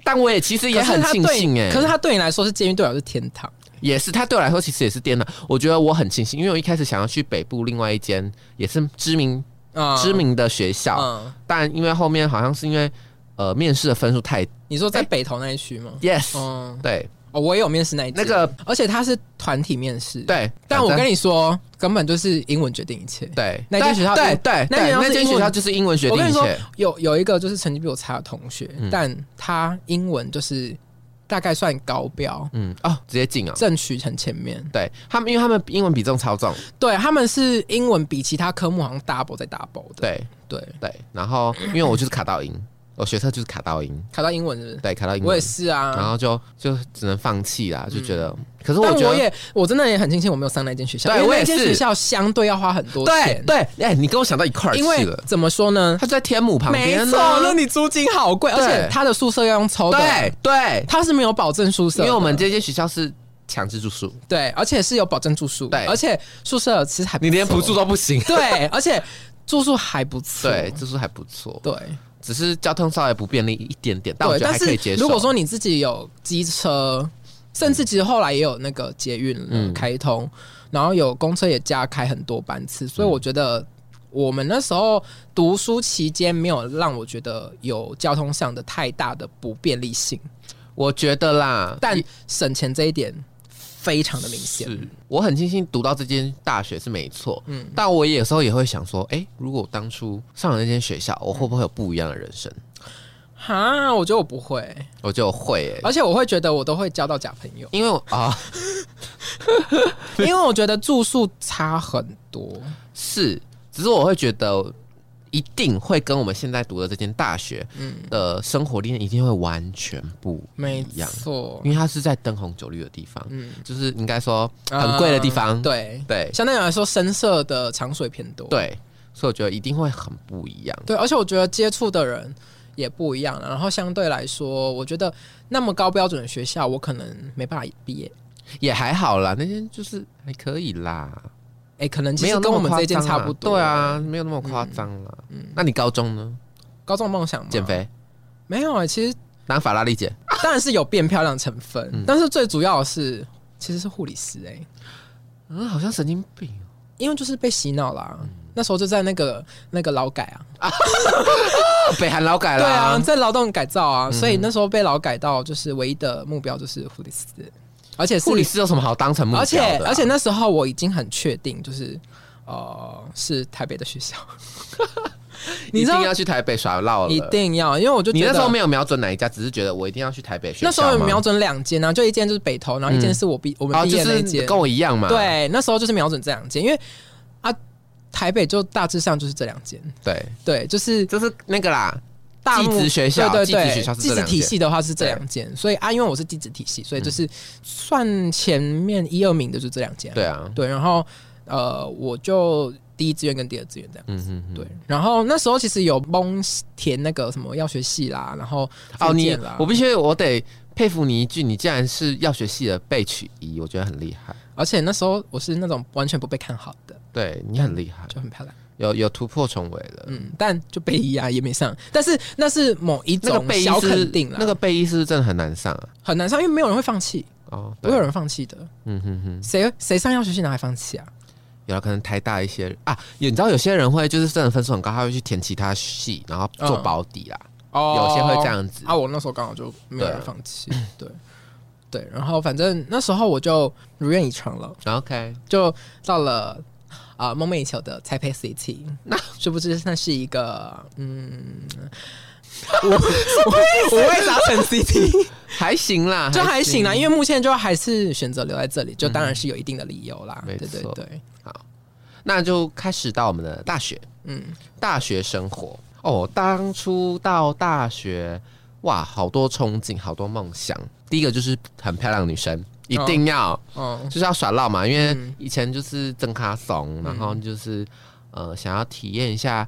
但我也其实也可是很他庆对幸哎、可是他对你来说是监狱，对我来说是天堂。也是他对我来说其实也是颠的。我觉得我很庆幸，因为我一开始想要去北部另外一间也是知名啊知名的学校，嗯，但因为后面好像是因为呃面试的分数太你说在哎北投那一区吗？ yes，、嗯，对哦，我也有面试那一间那个，而且他是团体面试。，对，但我反正跟你说，根本就是英文决定一切。对那间学校对对对那间学校是那间英学文校就是英文学我定跟一你说切，，有有一个就是成绩比我差的同学，嗯但他英文就是大概算高标，嗯哦，直接进啊、正取很前面。对他们，因为他们英文比重超重，对，他们是英文比其他科目好像 double 在 double 的。对对，对，然后因为我就是卡到音，我学测就是卡到音，考到英文是不是？对，卡到音，我也是啊。嗯然后就就只能放弃啦，就觉得，可是但我觉我得。也我真的也很庆幸我没有上那间学校，对因为我那也间是学校相对要花很多对钱，对，哎、你跟我想到一块儿去因为了。怎么说呢？他就在天母旁没边错呢，，那你租金好贵，而且对他的宿舍要用抽的，啊对对，他是没有保证宿舍因的，为我们这间学校是强制住宿，对，而且是有保证住宿，对而且宿舍其实还不错都不行。对，而且住宿还不 错，对，住宿还不错，对只是交通稍微不便利一点点，但我对，觉得还但可以是接受。如果说你自己有机车，甚至其实后来也有那个捷运了嗯开通，然后有公车也加开很多班次，所以我觉得。我们那时候读书期间，没有让我觉得有交通上的太大的不便利性，呃我觉得啦，但省钱这一点非常的明显。是我很庆幸读到这间大学是没错，嗯嗯，但我有时候也会想说，哎，如果我当初上了那间学校，我会不会有不一样的人生？哈，我觉得我不会，我就会、欸，，而且我会觉得我都会交到假朋友 因为我啊因为我觉得住宿差很多。是，只是我会觉得。一定会跟我们现在读的这间大学嗯的生活理念一定会完全不没一样，错因，为它是在灯红酒绿的地方，嗯，就是应该说很贵的地方。嗯对，对相对来说深色的场所也偏多。对，所以我觉得一定会很不一样。对，而且我觉得接触的人也不一样了。然后相对来说，我觉得那么高标准的学校，我可能没办法毕业。也还好啦，那天就是还可以啦，哎，可能其没实有那跟么我们夸这间张啦差不多。对，啊，没有那么夸张啦。嗯，那你高中呢？高中梦想吗减肥没有啊、其实当法拉利姐，当然是有变漂亮成分，但是最主要的是其实是护理师哎、啊嗯，好像神经病哦。因为就是被洗脑啦、嗯那时候就在那个那个劳改啊，啊北韩劳改对啊，啦，嗯在劳动改造啊，所以那时候被劳改到，就是唯一的目标就是护理师，而且是护理，师有什么好当成目标而且的啊而且那时候我已经很确定，就是呃是台北的 学校，你一知定道要去台北耍闹了。一定要，因为我就你觉那时候得没有瞄准哪一家，只是觉得我一定要去台北学校那吗。时候有瞄准两间啊，就一间就是北投，然后一间是我毕、我啊，们毕就业那一是间，跟我一样嘛。对，那时候就是瞄准这两间，因为啊台北就大致上就是这两间，对，对，就是就是那个啦，大寄木职学校对寄对职对，学校是寄这职两体间系的话是这两间，所以啊，因为我是寄职体系，所以就是算前面一二名的就这两间，对啊，对，然后呃，我就第一志愿跟第二志愿这样。嗯嗯嗯，对，然后那时候其实有蒙填那个什么药学系啦，然后哦，复你健啦我必须，我得佩服你一句，你竟然是药学系的被取一，我觉得很厉害。而且那时候我是那种完全不被看好的，对你很厉害，就很漂亮，有有突破重围了。嗯，但就被医啊也没上，但是那是某一那个种背医小是肯定啦，那个背医是不是真的很难上啊？很难上，因为没有人会放弃，哦，不对会，有人放弃的，嗯哼哼，谁谁上药学系哪还放弃啊？有了可能台大一些啊，有你知道有些人会就是真的分数很高，他会去填其他系，然后做嗯保底啦，哦有些会这样子。啊。我那时候刚好就没有对啊人放弃，对对，然后反正那时候我就如愿以偿了， OK，就到了啊、梦寐以求的台北 CT，那殊不知那是一个嗯。我我我为啥成 CT 还行啊啦，就还行啊嗯啦，因为为目前就还是选择留在这里，就当然是有一定的理由啦。没对对错对，那就开始到我们的大学，嗯，大学生活哦，当初到大学，哇，好多憧憬，好多梦想。第一个就是很漂亮的女生，一定要、哦嗯就是要耍浪嘛，因为嗯以前就是真卡怂，然后就是呃想要体验一下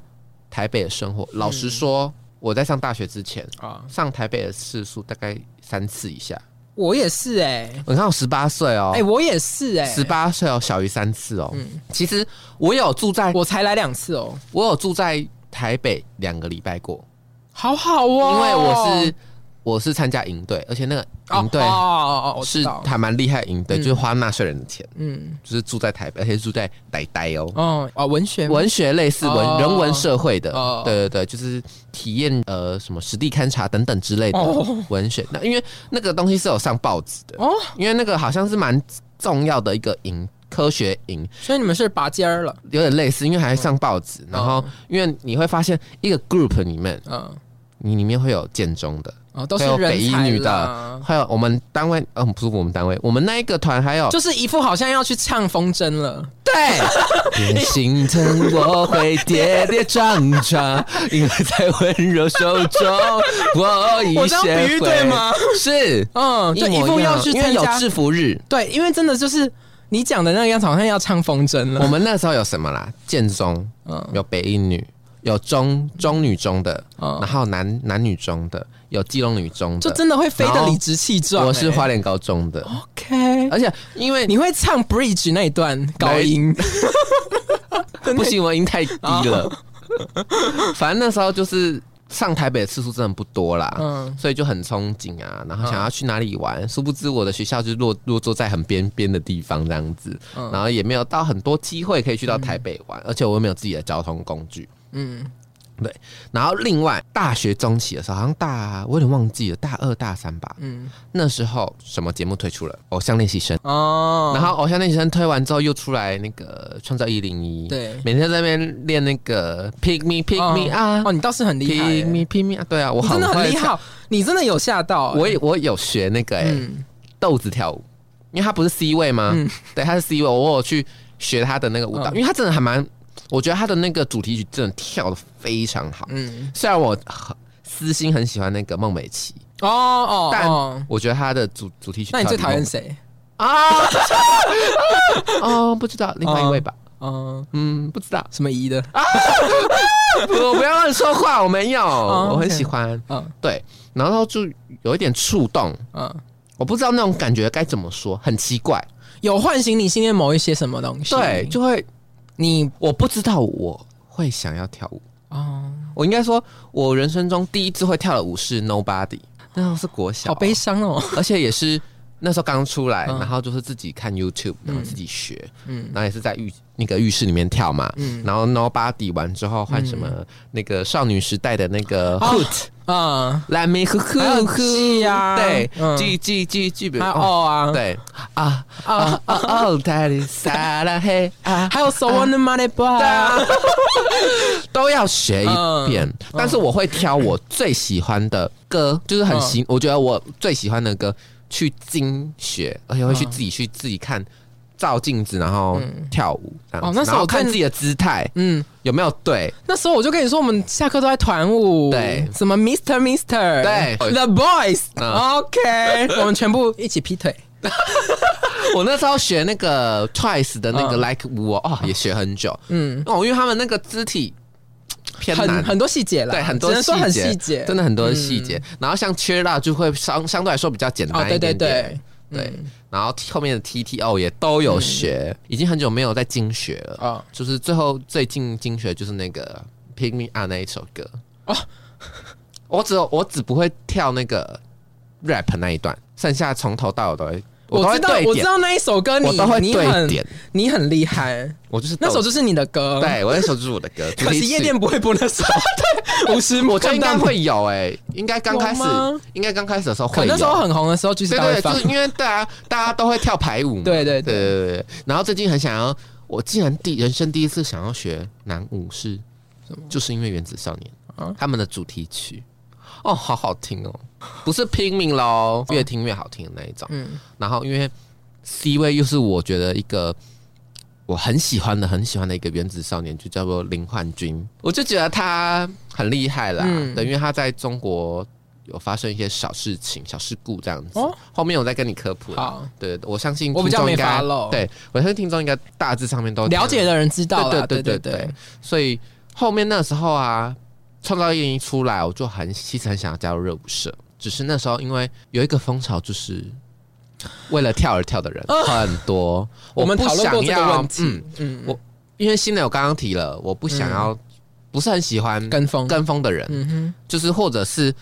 台北的生嗯活。老实说，我在上大学之前啊，上台北的次数大概三次以下。我也是哎、你看我十八岁哦哎、，我也是哎、十，八岁哦，小于三次哦。其实我有住在我才来两次哦，我有住在台北两个礼拜过，好好哦，因为我是我是参加营队，而且那个营队哦哦哦哦，我知是道，还蛮厉害的营队，就是花纳税人的钱，嗯，就是住在台北，而且住在呆呆哦。哦哦，文学文学类似文、哦人文社会的，哦对对对，就是体验呃什么实地勘察等等之类的哦文学。那因为那个东西是有上报纸的，哦，因为那个好像是蛮重要的一个营，科学营所以你们是拔尖儿了，有点类似，因为还上报纸，然后哦因为你会发现一个 group 里面，嗯，你里面会有建中的，哦，都是还有人北一才女的啦，还有我们单位，嗯、不是我们单位，我们那一个团还有就是一副好像要去唱风筝了，对，别心疼，我会跌跌撞撞，因为在温柔手中，我已 我这样学比喻会对吗？是，嗯，就一一模副样要去因为参有加，制服日。对，因为真的就是你讲的那个样子，好像要唱风筝我了，们那时候有什么啦？建中嗯有北一女，有中中女中的，然嗯，后男男女中的，有基隆女中就的，真的会飞得理直气壮、我是欸花莲高中的， ，OK，而且因为你会唱 Bridge 那一段高音， 不行，我音太低了。哦 反正那时候就是上台北的次数真的不多啦，嗯所以就很憧憬啊，然后想要去哪里玩，殊不知我的学校就落落座在很边边的地方这样子，嗯然后也没有到很多机会可以去到台北玩，而且我又没有自己的交通工具。嗯，然后另外大学中期的时候，好像大我有点忘记了，大二大三吧，嗯，那时候什么节目推出了《偶像练习生》。哦，然后偶像练习生推完之后，又出来那个创造一零一，对每天在那边练那个 pick me pick me 啊哦，你倒是很厉害、 ，pick 欸， me pick me 啊，对啊，我你真的很会厉唱，害，你真的有吓到、欸，我也我有学那个哎嗯豆子跳舞，因为他不是 C 位吗？对，他是 C 位，我有去学他的那个舞蹈，嗯因为他真的还蛮，我觉得他的那个主题曲真的跳的非常好，嗯，虽然我很私心很喜欢那个孟美岐，哦哦，但哦我觉得他的主主题曲那跳得比你最孟，讨厌谁？啊？ 哦，不知道，另外一位吧，嗯，嗯，不知道。什么姨的？啊我不要乱说话，我没有，我很 OK 喜欢。嗯对，然后就有一点触动，嗯，我不知道那种感觉该怎么说，很奇怪。有唤醒你心里某一些什么东西？对，就会你我不知道我会想要跳舞。哦，我应该说，我人生中第一次会跳的舞是 Nobody，那时候哦是国小，好悲伤哦。而且也是那时候刚出来，嗯然后就是自己看 YouTube，然后自己学，嗯然后也是在浴那个浴室里面跳嘛，嗯然后 Nobody 完之后换什么那个少女时代的那个哦 Hoot，啊， Let me 呼呼还有呼，记呀对嗯，记记记记本还有，哦啊，对啊啊啊啊，泰里萨拉嘿啊，还有 So w a n t Money Boy 对啊啊，， 嗯都要学一遍。但是我会挑我最喜欢的歌，就是很嗯喜，我觉得我最喜欢的歌去精学，而且会去自己去自己看。照镜子，然后跳舞，这样子哦那时然候后我看真自己的姿态嗯，有没有对，那时候我就跟你说，我们下课都在团舞，对什么 Mister Mister，对，The Boys，OK，嗯、 OK，我们全部一起劈腿，我那时候学那 个 Twice 的那个嗯 Like 舞哦，哦也学很久嗯，哦，因为他们那个肢体偏很难。很多细节啦，对，很多只能说细很节，细节，嗯真的很多细节。然后像 Cheer Up 就会相相对来说比较简哦，单对一对点对点。，对，然后后面的 TTO 也都有学，已经很久没有在精学了。嗯哦就是最后最近精学就是那个 Pick Me Up 那一首歌。哦哦， 我只有我只不会跳那个 rap 那一段，剩下从头到尾都会，都我会知道对我知点，道那一首歌你，我你都会对很点。你很厉害，我就是那首就就是你的歌，，对我那首就是我的 歌，主可题惜夜曲店不会播那 首， 对，五十我觉得应该看到会有哎、应该刚开始有吗，应该刚开始的时候可会有。那时候很红的时候，就是对大会对，放就，是因为大家大家都会跳排舞嘛。对对对对对，对对。然后最近很想要，我竟然第人生第一次想要学男舞是，就是因为《原子少年》啊他们的主题曲，哦，好好听哦，不是拼命喽，越听越好听的那一种。哦嗯然后因为 C 位又是我觉得一个我很喜欢的、很喜欢的一个原子少年，就叫做林焕君，我就觉得他很厉害啦。嗯对，因为他在中国有发生一些小事情、小事故这样子。哦后面我再跟你科普啦。好，对，我相信我比听较众没应该 follow 对我相信听众应该大致上面都了解的人知道啦，对对对对对对所以后面那时候啊，创造营一出来，我就很其实很想要加入热舞社，只是那时候因为有一个风潮，就是为了跳而跳的人很多，啊 我们不讨论过想这个要问题，嗯，嗯，我因为新的我刚刚提了，我不想要，不是很喜欢跟风，跟风的人，嗯哼。就是或者是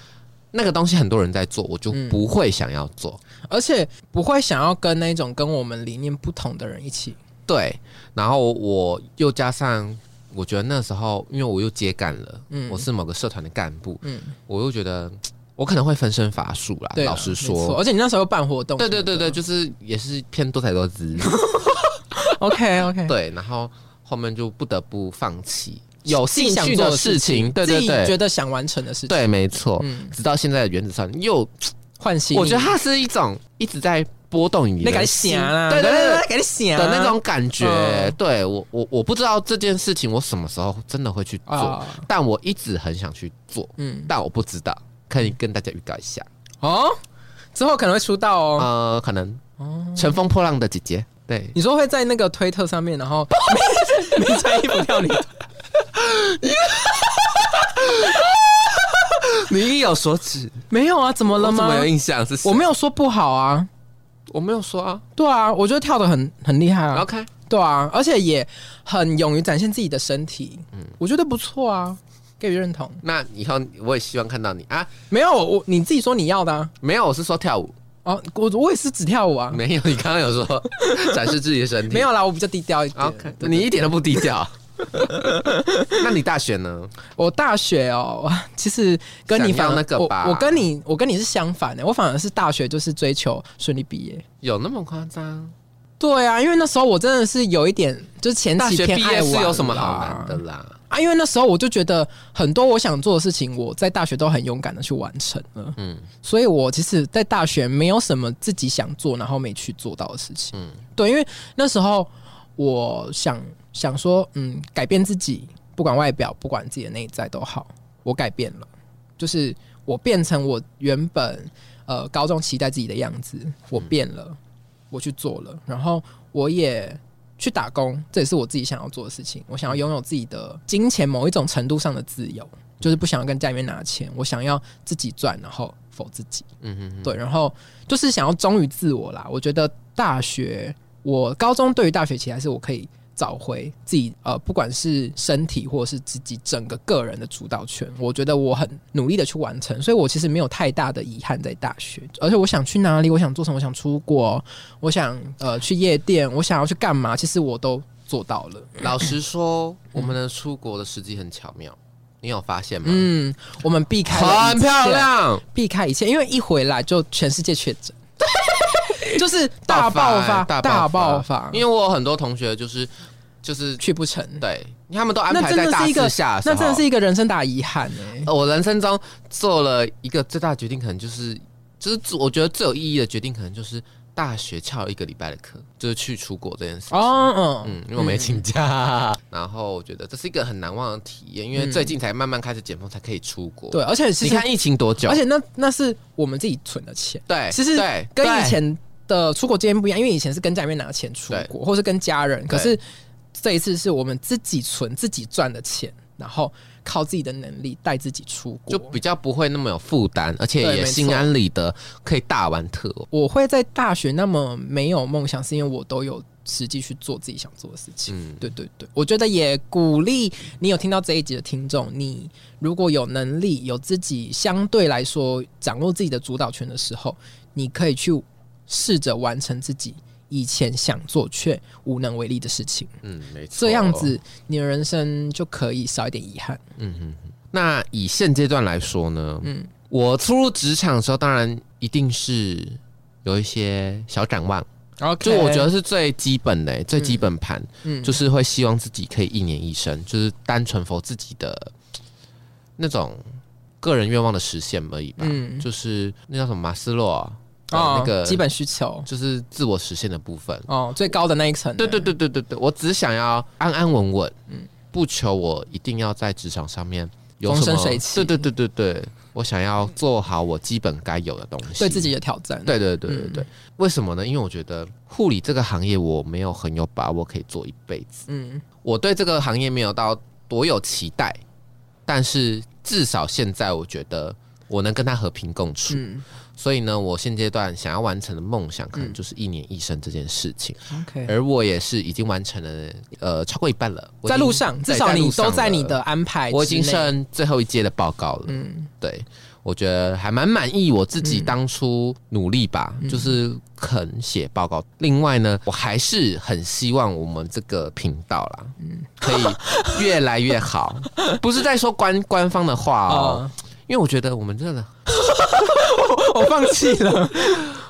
那个东西很多人在做，我就嗯不会想要做。而且不会想要跟那种跟我们理念不同的人一起。对，然后我又加上，我觉得那时候因为我又接干了，嗯我是某个社团的干部，嗯，我又觉得我可能会分身乏术啦。对啦，啊老实没错说，而且你那时候又办活动什对么的，对对对，就是也是偏多才多 姿， ，OK OK，对，然后后面就不得不放弃有自己想兴趣做的做的事情，对对自己对，觉得想完成的事情，对，没错。嗯，直到现在的原子上又，唤醒你，我觉得它是一种一直在波动你那的给你心想啊，对对对，给你想啊的那种感觉。嗯对我，我我不知道这件事情我什么时候真的会去做，啊，但我一直很想去做，嗯，但我不知道，可以跟大家预告一下。哦，之后可能会出道哦。呃，可能乘风破浪的姐姐，对， 你说会在那个推特上面，然后没没穿衣服跳女团，你意有所指，没有啊？怎么我了怎吗？么有印象？是谁我没有说不好啊，我没有说啊。对啊，我觉得跳的很很厉害啊， OK，对啊，而且也很勇于展现自己的身体，嗯我觉得不错啊，给予认同。那以后我也希望看到你啊。没有我你自己说你要的啊，没有，我是说跳舞，哦，我我也是只跳舞啊，没有。你刚刚有 说展示自己的身体，没。有啦，我比较低调一点。 OK，对你一点都不低调。 那你大学呢？我大学哦， 其实跟你想反要那个吧我，我跟你我跟你是相反的，我反而是大学就是追求顺利毕业。有那么夸张？对啊，因为那时候我真的是有一点，就是前大期学偏毕爱业是玩有什么好啦玩的啦？啊？因为那时候我就觉得很多我想做的事情，我在大学都很勇敢的去完成了。嗯嗯，所以我其实，在大学没有什么自己想做然后没去做到的事情。嗯嗯，对，因为那时候我想想说，嗯，改变自己，不管外表，不管自己的内在都好，我改变了，就是我变成我原本呃高中期待自己的样子，我变了，我去做了，然后我也。去打工，这也是我自己想要做的事情。我想要拥有自己的金钱某一种程度上的自由，就是不想要跟家里面拿钱，我想要自己赚，然后否自己。嗯哼对，然后就是想要忠于自我啦。我觉得大学，我高中对于大学期待是我可以找回自己，呃，不管是身体或者是自己整个个人的主导权，我觉得我很努力的去完成，所以我其实没有太大的遗憾在大学。而且我想去哪里，我想做什么，我想出国，我想呃去夜店，我想要去干嘛，其实我都做到了。哼，老实说，我们的出国的时机很巧妙，你有发现吗？嗯，我们避开了很一切漂亮，避开一切，因为一回来就全世界确 诊，就是大爆发，大大爆爆发，因为我有很多同学就是就是去不成，对，他们都安那排真在的大是一个四下的时那候，真的是一个人生大遗憾哎、呃我人生中做了一个最大的决定，可能就是就是我觉得最有意义的决定，可能就是大学翘了一个礼拜的课，就是去出国这件事。哦，嗯嗯，因为我没请假， 然后我觉得这是一个很难忘的体验，因为最近才慢慢开始解封，才可以出国。，嗯对，而且其你实，看疫情多久？而且那那是我们自己存的钱，对，其实对跟以对前的出国经验不一样，因为以前是跟家里面拿钱出国，或是跟家人，可对是这一次是我们自己存、自己赚的钱，然后靠自己的能力带自己出国，就比较不会那么有负担，而且对没也错心安理得，可以大玩特玩。我会在大学那么没有梦想，是因为我都有实际去做自己想做的事情。嗯对对对，我觉得也鼓励你有听到这一集的听众，你如果有能力，有自己相对来说掌握自己的主导权的时候，你可以去试着完成自己以前想做却无能为力的事情，嗯，没错。这样，子你的人生就可以少一点遗憾。嗯嗯。嗯那以现阶段来说呢，嗯嗯，我初入职场的时候，当然一定是有一些小展望，然后就我觉得，是最基本的、最基本盘，啊嗯就是会希望自己可以一年一生，就是单纯否自己的那种个人愿望的实现而已吧。嗯就是那叫什么马斯洛的哦啊那个基本需求就是自我实现的部分。哦，最高的那一层，对对，对对对对，我只想要安安稳稳，不求我一定要在职场上面有风什生么？水起对对对对对，我想要做好我基本该有的东西，对自己的挑战。对对对对对，为什么呢？因为我觉得护理这个行业我没有很有把握可以做一辈子，嗯，我对这个行业没有到多有期待，但是至少现在我觉得我能跟他和平共处，嗯所以呢，我现阶段想要完成的梦想可能嗯就是一年一生这件事情， ，OK，而我也是已经完成了，呃，超过一半了，我已在经路上，对至少在你路上都在你了的安排。我已经，剩最后一届的报告了，嗯对，我觉得还蛮满意我自己当初努力吧，就是肯写报告。另外呢，我还是很希望我们这个频道啦，可以越来越好，不是在说官官方的话哦，哦， 因为我觉得我们真的，我放弃 了。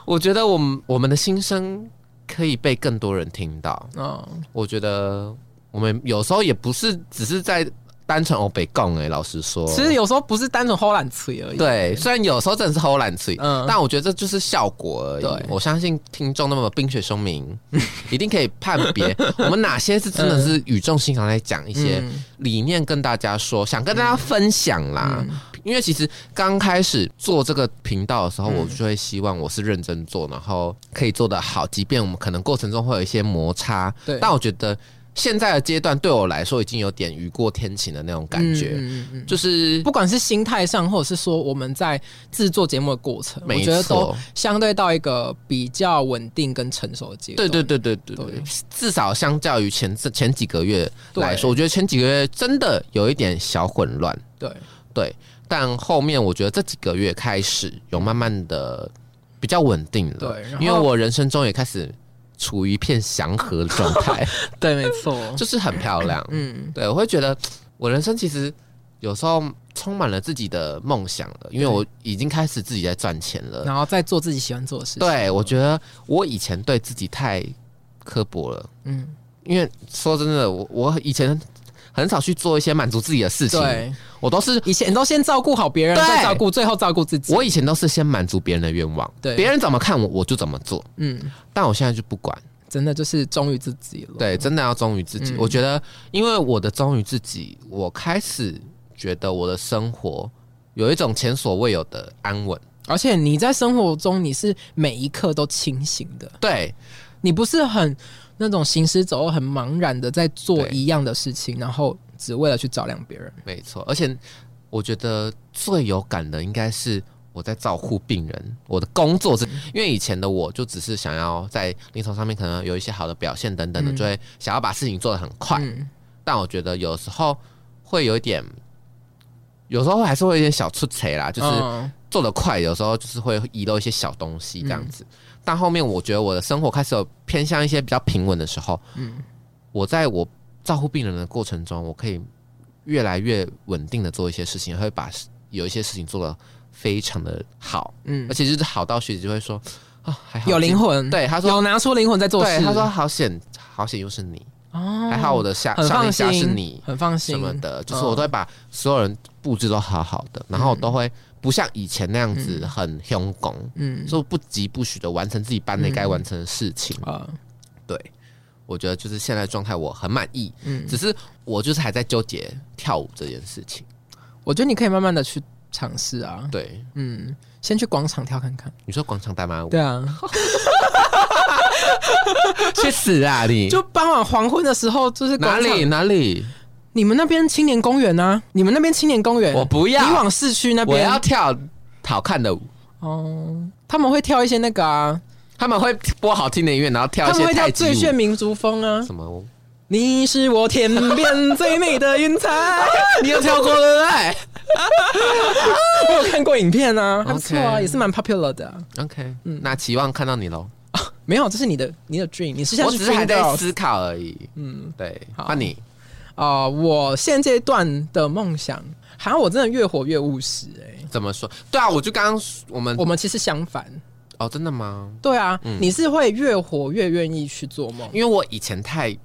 我觉得我们我们的心声可以被更多人听到。哦，我觉得我们有时候也不是只是在单纯欧北共哎，老实说，其实有时候不是单纯偷懒吃而已。对，虽然有时候真的是偷懒嘴，嗯但我觉得这就是效果而已对。我相信听众那么冰雪聪明， 一定可以判别我们哪些是真的是语重心长在讲一些嗯理念，跟大家说，想跟大家分享啦。嗯因为其实刚开始做这个频道的时候，嗯我就会希望我是认真做，然后可以做得好，即便我们可能过程中会有一些摩擦，对，但我觉得现在的阶段对我来说已经有点雨过天晴的那种感觉，嗯嗯嗯嗯就是不管是心态上，或者是说我们在制作节目的过程，我没觉得都错相对到一个比较稳定跟成熟的阶对段。对对对对对对，至少相较于前前几个月来说，对我觉得前几个月真的有一点小混乱，对，对。但后面我觉得这几个月开始有慢慢的比较稳定了，对然后因为我人生中也开始处于一片祥和的状 态， 对，没错。就是很漂亮。嗯，对，我会觉得我人生其实有时候充满了自己的梦想了，因为我已经开始自己在赚钱了。嗯然后再做自己喜欢做的事情。对，我觉得我以前对自己太刻薄了。嗯，因为说真的，我我以前很少去做一些满足自己的事情，对，我都是以前都先照顾好别人，对再照顾，最后照顾自己。我以前都是先满足别人的愿望，对别人怎么看我我就怎么做，嗯，但我现在就不管，真的就是忠于自己了。对，真的要忠于自己。嗯我觉得，因为我的忠于自己，我开始觉得我的生活有一种前所未有的安稳，而且你在生活中，你是每一刻都清醒的，对你不是很那种行尸走肉、很茫然的在做对一样的事情，然后只为了去照亮别人。没错，而且我觉得最有感的应该是我在照顾病人，我的工作是，嗯因为以前的我就只是想要在临床上面可能有一些好的表现等等的，嗯就会想要把事情做得很快。嗯但我觉得有时候会有一点，有时候还是会有点小出贼啦，就是嗯做得快，有时候就是会遗漏一些小东西这样子。嗯但后面我觉得我的生活开始有偏向一些比较平稳的时候，嗯我在我照顾病人的过程中，我可以越来越稳定的做一些事情，会把事有一些事情做得非常的好，嗯而，且就是好到学姐就会说啊，还好有灵，魂，，对她说，有拿出灵魂在做对事。她说好险，好险又是你，哦，还好我的下很上一放下心，是你很放心什么的，就是我都会把所有人布置都好好的，然后我都会不像以前那样子很凶功，嗯就不急不徐的完成自己班内该完成的事情，啊对。我觉得就是现在状态我很满意，嗯，只是我就是还在纠结跳舞这件事情。我觉得你可以慢慢的去尝试啊，对，嗯，先去广场跳看看。你说广场大妈舞，对啊， 去死啊你！就傍晚黄昏的时候，就是广哪场里？哪里？你们那边青年公园啊，你们那边青年公园，我不你要，往市区那我要边跳好看的舞。哦，他们会跳一些那个啊，他们会播好听的音乐，然后跳他一们些会跳太极最炫舞。民族风啊，什么舞？你是我天边最美的云 彩，你有跳过对不对我有看过影片啊，还不错啊， OK 也是蛮 popular 的啊、 ？OK，那期望看到你喽。没有，这是你的你的 dream，你是现我在只是是还 dream 在 girl 思考而已。嗯，对，好换你。啊、我现阶段的梦想，好像我真的越活越务实哎、怎么说？对啊，我就刚刚我们我们其实相反，哦，真的吗？对啊，嗯你是会越活越愿意去做梦，因为我以前太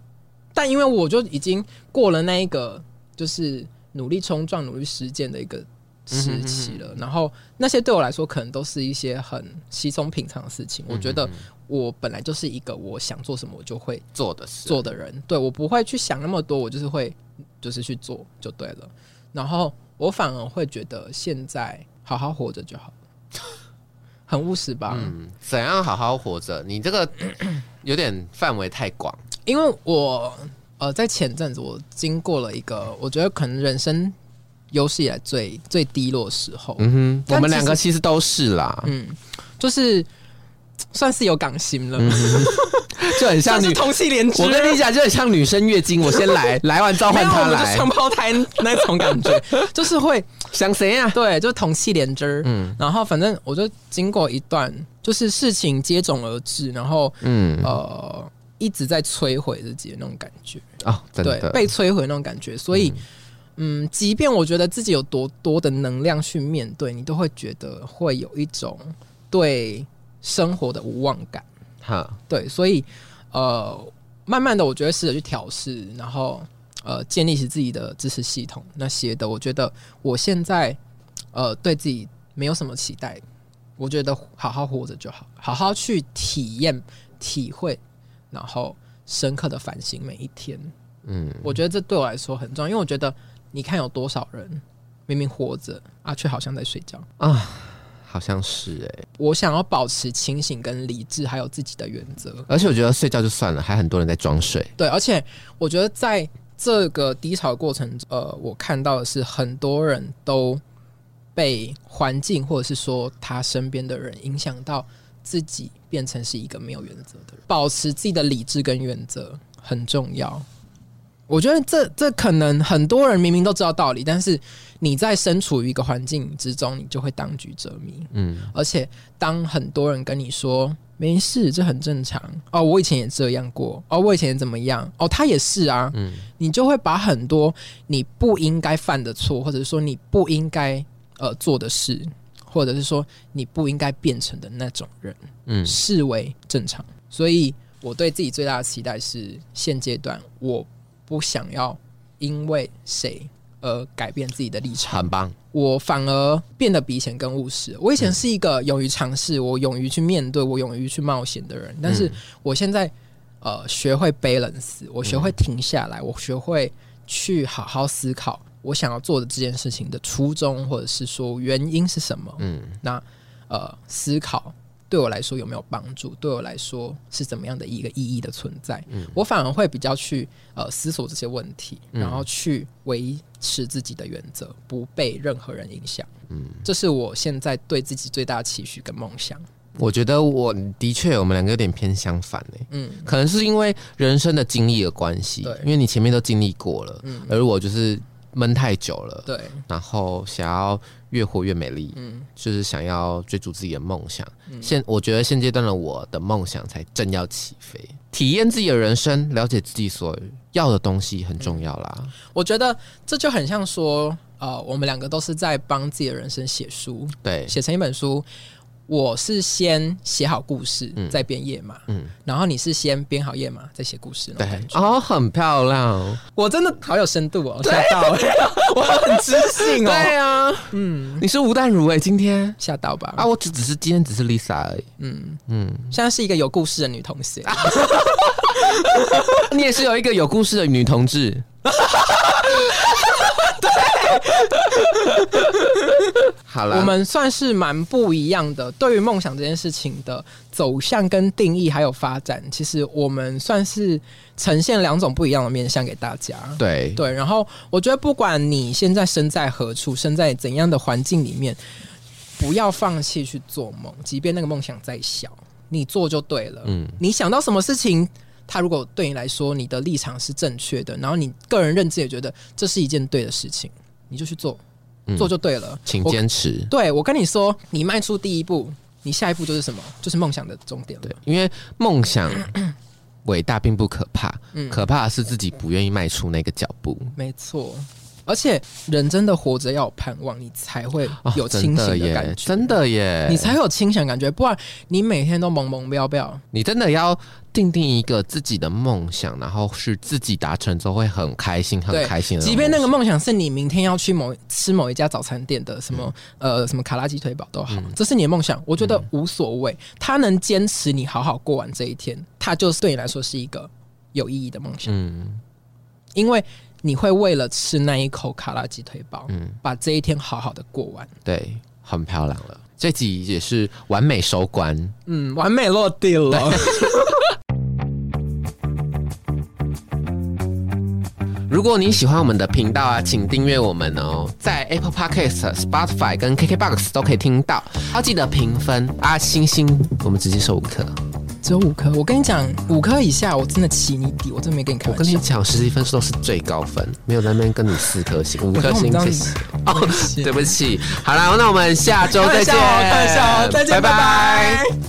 但因为我就已经过了那一个就是努力冲撞、努力实践的一个时期了，然后那些对我来说可能都是一些很稀松平常的事情。我觉得我本来就是一个我想做什么我就会做的事，做的人，对我不会去想那么多，我就是会就是去做就对了。然后我反而会觉得现在好好活着就好了，很务实吧？嗯，怎样好好活着？你这 个有点范围太广，因为我呃，在前阵子我经过了一个，我觉得可能人生有史以来最最低落的时候，嗯我但们其实两个其实都是啦，嗯，就是算是有港星了， 就很嗯像像女是。同性恋之我类跟你讲，就很像女生月经，我先 来，来完召没唤有，她我们就来，双胞胎那种感 觉，就是会想谁啊呀、对，就是同气连枝儿。嗯嗯，然后反正我就经过一段，就是事情接踵而至，然后嗯，呃一直在摧毁自己的那种感觉，哦，真对，的，被摧毁那种感觉。所以，嗯即便我觉得自己有多多的能量去面对，你都会觉得会有一种对生活的无望感。哈，对，所以呃，慢慢的，我觉得试着去调试，然后呃，建立起自己的支持系统那些的。我觉得我现在呃，对自己没有什么期待，我觉得好好活着就好，好好去体验、体会，然后深刻的反省每一天。嗯，我觉得这对我来说很重要，因为我觉得你看有多少人明明活着啊，却好像在睡觉。好像是哎、我想要保持清醒、跟理智，还有自己的原则。而且我觉得睡觉就算了，还很多人在装睡，对，而且我觉得在这个低潮过程，呃，我看到的是很多人都被环境或者是说他身边的人影响到，自己变成是一个没有原则的人。保持自己的理智跟原则很重要。我觉得这这可能很多人明明都知道道理，但是你在身处于一个环境之中，你就会当局者迷。嗯，而且当很多人跟你说没事，这很正常哦，我以前也这样过哦，我以前也怎么样哦，他也是啊，嗯你就会把很多你不应该犯的错，或者是说你不应该呃做的事，或者是说你不应该变成的那种人，嗯视为正常。所以我对自己最大的期待是，现阶段我不想要因为谁而改变自己的立场。很棒，我反而变得比以前更务实。我以前是一个勇于尝试、我勇于去面对、我勇于去冒险的人，但是我现在呃学会 balance，我学会停下来，我学会去好好思考我想要做的这件事情的初衷，或者是说原因是什么。嗯那呃，思考对我来说有没有帮助？对我来说是怎么样的一个意义的存在？我反而会比较去呃思索这些问题，嗯然后去维持自己的原则，不被任何人影响。嗯，这是我现在对自己最大的期许跟梦想。我觉得我的确我们两个有点偏相反哎、嗯，可能是因为人生的经历的关系对，因为你前面都经历过了，嗯而我就是闷太久了，对，然后想要越活越美丽，嗯就是想要追逐自己的梦想。嗯现我觉得现阶段的我的梦想才正要起飞，体验自己的人生，了解自己所要的东西很重要啦。我觉得这就很像说，呃，我们两个都是在帮自己的人生写书，对，写成一本书。我是先写好故事，嗯再编页码，嗯，然后你是先编好页码，再写故事那种对感，觉。哦，很漂亮，我真的好有深度哦，吓到 了，我很知性哦，对啊，嗯，你是吴淡如哎、今天吓到吧？啊，我只只是今天只是 Lisa 而已， 嗯，嗯，现在是一个有故事的女同学，你也是有一个有故事的女同志。 对，好了，我们算是蛮不一样的。对于梦想这件事情的走向跟定义还有发展，其实我们算是呈现两种不一样的面向给大家。对对，然后我觉得不管你现在身在何处，身在怎样的环境里面，不要放弃去做梦，即便那个梦想再小，你做就对了。嗯嗯，你想到什么事情，它如果对你来说你的立场是正确的，然后你个人认知也觉得这是一件对的事情，你就去做，做就对了。请我坚持。对我跟你说，你迈出第一步，你下一步就是什么？就是梦想的终点了。对，因为梦 想伟大并不可怕，嗯可怕的是自己不愿意迈出那个脚步。没错。而且人真的活着要有盼望，你才会哦有真清醒的的耶感觉。真的耶！你才有清醒的感觉，不然你每天都懵懵标标。你真的要定定一个自己的梦想，然后是自己达成之后会很开心，很对开心的种即梦想。便那个梦想是你明天要去某吃某一家早餐店的什么、嗯呃什么卡拉鸡腿堡都好，这是你的梦想，我觉得无所谓。他能坚持你好好过完这一天，他就是对你来说是一个有意义的梦想，嗯，因为你会为了吃那一口卡拉鸡腿堡，嗯把这一天好好的过完，对，很漂亮了。这集也是完美收官。嗯，完美落地了。如果你喜欢我们的频道啊，请订阅我们哦，在 Apple Podcast、Spotify 跟 KKBox 都可以听到。要记得评分啊，星星，我们直接收五颗。只有五颗，我跟你讲，五颗以下我真的起你底，我真没跟你开我玩跟你笑。讲，实际分数都是最高分，没有在那边跟你四颗星、五颗星，谢谢。哦， 对不起，好啦，那我们下周开再见玩笑哦，开玩笑哦，再拜见，拜拜